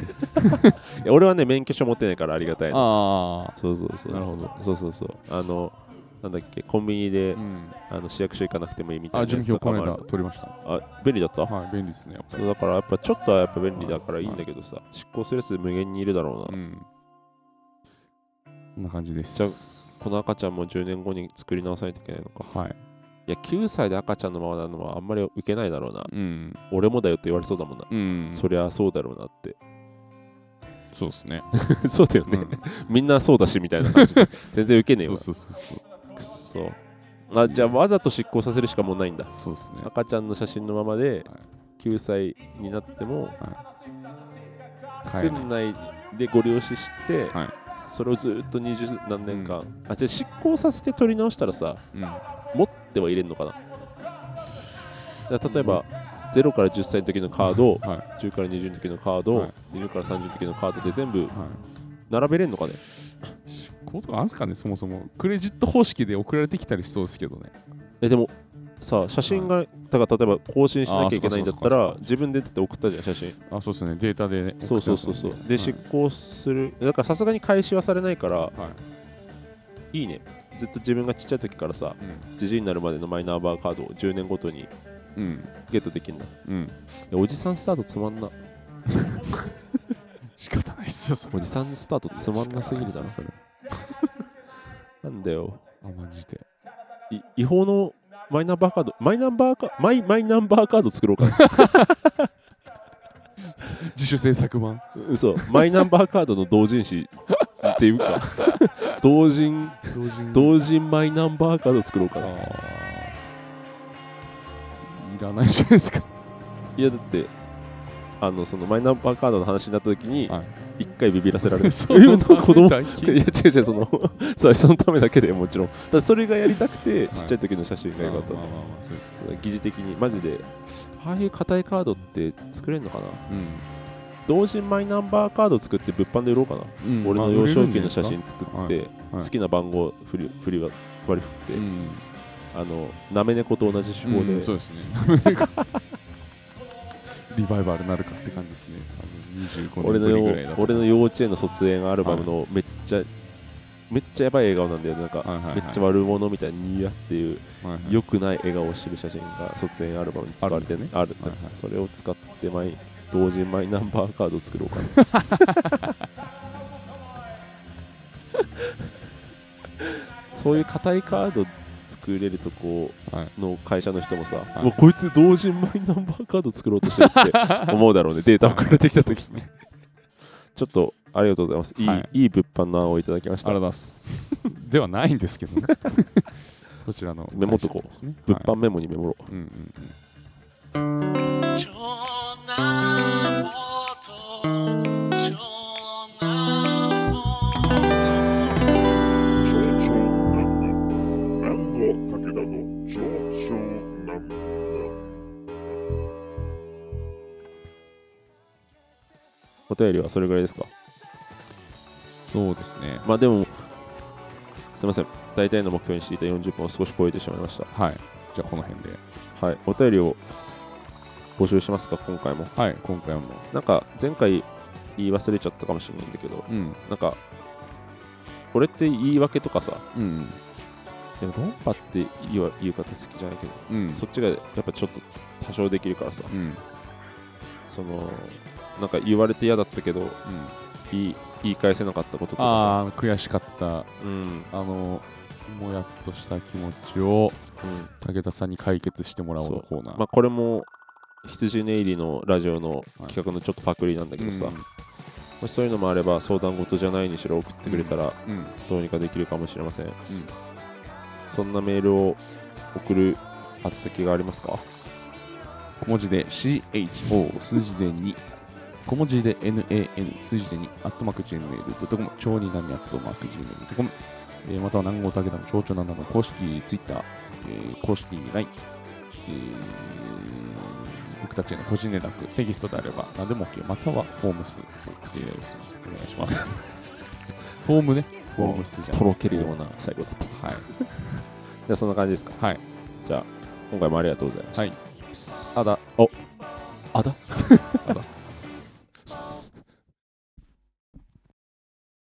[SPEAKER 2] て
[SPEAKER 1] や俺はね免許証持ってないからありがたいな
[SPEAKER 2] (laughs) ああ
[SPEAKER 1] そうそうそうそう
[SPEAKER 2] なるほど
[SPEAKER 1] そうそうそうあのなんだっけコンビニで、
[SPEAKER 2] うん
[SPEAKER 1] あの市役所行かなくてもいいみたい
[SPEAKER 2] あ
[SPEAKER 1] な
[SPEAKER 2] 準
[SPEAKER 1] やつ
[SPEAKER 2] 備
[SPEAKER 1] と
[SPEAKER 2] 表
[SPEAKER 1] かも
[SPEAKER 2] この
[SPEAKER 1] ある
[SPEAKER 2] 間取りました
[SPEAKER 1] あ便利だった、
[SPEAKER 2] はい便利ですねやっぱ
[SPEAKER 1] そ
[SPEAKER 2] り
[SPEAKER 1] うだからやっぱちょっとはやっぱ便利だからいいんだけどさ、執行するやつ無限にいるだろうな、
[SPEAKER 2] うんこんな感じです
[SPEAKER 1] じゃこの赤ちゃんも10年後に作り直さないといけないのか
[SPEAKER 2] はい
[SPEAKER 1] いや9歳で赤ちゃんのままなのはあんまり受けないだろうな
[SPEAKER 2] うん
[SPEAKER 1] 俺もだよって言われそうだもんな、
[SPEAKER 2] うん
[SPEAKER 1] そりゃそうだろうなって
[SPEAKER 2] (laughs) そうですね
[SPEAKER 1] そうだよね、みんなそうだしみたいな感じで全然受けねえ
[SPEAKER 2] (laughs) そ
[SPEAKER 1] わ
[SPEAKER 2] うそうそうそう
[SPEAKER 1] くっそあじゃあわざと執行させるしかもうないんだ
[SPEAKER 2] そうですね
[SPEAKER 1] 赤ちゃんの写真のままで
[SPEAKER 2] は
[SPEAKER 1] 9歳になっても
[SPEAKER 2] 作
[SPEAKER 1] 作んないでご利用しして、
[SPEAKER 2] はい
[SPEAKER 1] それをずっと二十何年間、あじゃあ執行させて取り直したらさ
[SPEAKER 2] うん
[SPEAKER 1] 持っては入れるのかなだから例えば、0から10歳の時のカードを
[SPEAKER 2] はい
[SPEAKER 1] 10から20の時のカードを、
[SPEAKER 2] はい
[SPEAKER 1] 20から30の時のカードで全部
[SPEAKER 2] はい
[SPEAKER 1] 並べれるのかね
[SPEAKER 2] 執行とかあんすかね、そもそも。クレジット方式で送られてきたりしそうですけどね。
[SPEAKER 1] えでもさ写真が、だから例えば更新しなきゃいけないんだった
[SPEAKER 2] あーそっ
[SPEAKER 1] ら
[SPEAKER 2] かそっかそっか
[SPEAKER 1] 自分でだって送ったじゃん写真
[SPEAKER 2] あ、そうですね、データで、ね。
[SPEAKER 1] そうそうそうそうで
[SPEAKER 2] で、
[SPEAKER 1] 執行するだからさすがに開始はされないから
[SPEAKER 2] はい。
[SPEAKER 1] いいねずっと自分がちっちゃい時からさじじいになるまでのマイナンバーカードを10年ごとに
[SPEAKER 2] うん。
[SPEAKER 1] ゲットできるんだい
[SPEAKER 2] うん。うん。
[SPEAKER 1] やおじさんスタートつまんな
[SPEAKER 2] 仕方ないっすよ、そ
[SPEAKER 1] お
[SPEAKER 2] こ
[SPEAKER 1] じさんスタートつまんなすぎるだろ
[SPEAKER 2] それ。
[SPEAKER 1] なんだよ
[SPEAKER 2] あ、マジで。
[SPEAKER 1] い違法のマイナンバーカードマイナンバーカマイマイナンバーカード作ろうかな (laughs)
[SPEAKER 2] 自主制作版。
[SPEAKER 1] 嘘マイナンバーカードの同人誌っていうか (laughs) 同人
[SPEAKER 2] 同時に
[SPEAKER 1] 同人マイナンバーカード作ろうか
[SPEAKER 2] あ
[SPEAKER 1] な
[SPEAKER 2] ーいらないじゃないですか。
[SPEAKER 1] いやだってあのそのマイナンバーカードの話になった時に
[SPEAKER 2] はい
[SPEAKER 1] 一回ビビらせられる
[SPEAKER 2] (laughs) そ
[SPEAKER 1] えなんか子供 (laughs)
[SPEAKER 2] 大
[SPEAKER 1] いや違
[SPEAKER 2] 金
[SPEAKER 1] う違うその (laughs) そうそのためだけでもちろんただそれがやりたくて、
[SPEAKER 2] い
[SPEAKER 1] ちっちゃい時の写真が良かった
[SPEAKER 2] まあまあまあまあ、そうです。
[SPEAKER 1] 疑似的にマジでああいう硬いカードって作れるのかな
[SPEAKER 2] うん。
[SPEAKER 1] 同時マイナンバーカード作って物販で売ろうかな、
[SPEAKER 2] うん
[SPEAKER 1] 俺の幼少期の写。真作
[SPEAKER 2] は
[SPEAKER 1] っ
[SPEAKER 2] い
[SPEAKER 1] て、
[SPEAKER 2] は
[SPEAKER 1] 好
[SPEAKER 2] い
[SPEAKER 1] きな番号振り振り割り振
[SPEAKER 2] う
[SPEAKER 1] って、
[SPEAKER 2] ん。
[SPEAKER 1] あのなめ猫と同じ手法で、
[SPEAKER 2] うんそう (laughs) ですねリバイバルなるかって感じですね多分
[SPEAKER 1] 俺の
[SPEAKER 2] 25年ぶりぐらい
[SPEAKER 1] よ
[SPEAKER 2] だと
[SPEAKER 1] 俺の幼稚園の卒園アルバムのめっちゃ、めっちゃやばい笑顔なんだよねなんか、
[SPEAKER 2] はいはいはい
[SPEAKER 1] めっちゃ悪者みたいにニヤっていう
[SPEAKER 2] はいはい
[SPEAKER 1] 良くない笑顔を知る写真が卒園アルバムに使われて
[SPEAKER 2] あるんです
[SPEAKER 1] ある
[SPEAKER 2] はいはい
[SPEAKER 1] それを使ってマイ同時マイナンバーカード作ろうかな
[SPEAKER 2] (laughs)
[SPEAKER 1] そういう硬いカード作れるとこ
[SPEAKER 2] はい
[SPEAKER 1] の会社の人もさ、
[SPEAKER 2] い
[SPEAKER 1] もうこいつ同時マイナンバーカード作ろうとしてるって
[SPEAKER 2] (laughs)
[SPEAKER 1] 思うだろうねデータ送られてきた時
[SPEAKER 2] そうですね
[SPEAKER 1] ちょっとありがとうございますいい,、、
[SPEAKER 2] はい
[SPEAKER 1] い物販の案をいただきまし
[SPEAKER 2] あ
[SPEAKER 1] た
[SPEAKER 2] りがとうございますではないんですけ
[SPEAKER 1] (laughs)
[SPEAKER 2] どねこちらの
[SPEAKER 1] メモっとこう
[SPEAKER 2] 会社ですね
[SPEAKER 1] 物
[SPEAKER 2] は
[SPEAKER 1] 販メモにメモろう
[SPEAKER 2] いうんうんうん
[SPEAKER 6] 長男坊と長男坊の
[SPEAKER 7] 長長南部南郷武田の長長南部
[SPEAKER 1] お便りはそれぐらいですか
[SPEAKER 2] そうですね
[SPEAKER 1] まあでも、すみません、大体の目標にしていた40分を少し超えてしまいました。
[SPEAKER 2] はいじゃあこの辺で
[SPEAKER 1] はい、お便りを募集しますか、今回も。
[SPEAKER 2] はい今回も
[SPEAKER 1] なんか、前回言い忘れちゃったかもしれないんだけど、
[SPEAKER 2] うん
[SPEAKER 1] なんか、これって言い訳とかさ、
[SPEAKER 2] うん
[SPEAKER 1] でも論破って言わ言う方好きじゃないけど、
[SPEAKER 2] うん
[SPEAKER 1] そっちがやっぱちょっと多少できるからさ、
[SPEAKER 2] うんうん
[SPEAKER 1] その、なんか言われて嫌だったけど、言い言い返せなかったこととか
[SPEAKER 2] ああ悔しかった
[SPEAKER 1] さ、うん、
[SPEAKER 2] あのもやっとした気持ちを
[SPEAKER 1] うん
[SPEAKER 2] 武田さんに解決してもらおう
[SPEAKER 1] そ
[SPEAKER 2] の
[SPEAKER 1] う
[SPEAKER 2] コーナー
[SPEAKER 1] まあ、これも羊ネイリのラジオの企画のちょっとパクリなんだけどさ、
[SPEAKER 2] うん
[SPEAKER 1] まあそういうのもあれば相談事じゃないにしろ送ってくれたら
[SPEAKER 2] うん
[SPEAKER 1] どうにかできるかもしれません、そんなメールを送る宛先がありますか
[SPEAKER 2] 小文字で CHO 数字で2小文字で NAN 数字で2アットマーク Gmail.com 超になにアットマーク Gmail.com えーまたは南郷武田の蝶々なんだの公式 Twitter、えー公式 LINE、えー僕たちへの個人連絡、テキストであれば何でも OK、またはフォームス、不定です。お願いし (laughs) ます。フォームね、フォームスじゃ
[SPEAKER 1] とろけるような最後だったじ
[SPEAKER 2] ない。はい。
[SPEAKER 1] ゃあそんな感じですか
[SPEAKER 2] はい。
[SPEAKER 1] じゃあ今回もありがとうございました
[SPEAKER 2] はい。
[SPEAKER 1] あだお
[SPEAKER 2] (laughs) あだ。あだっす。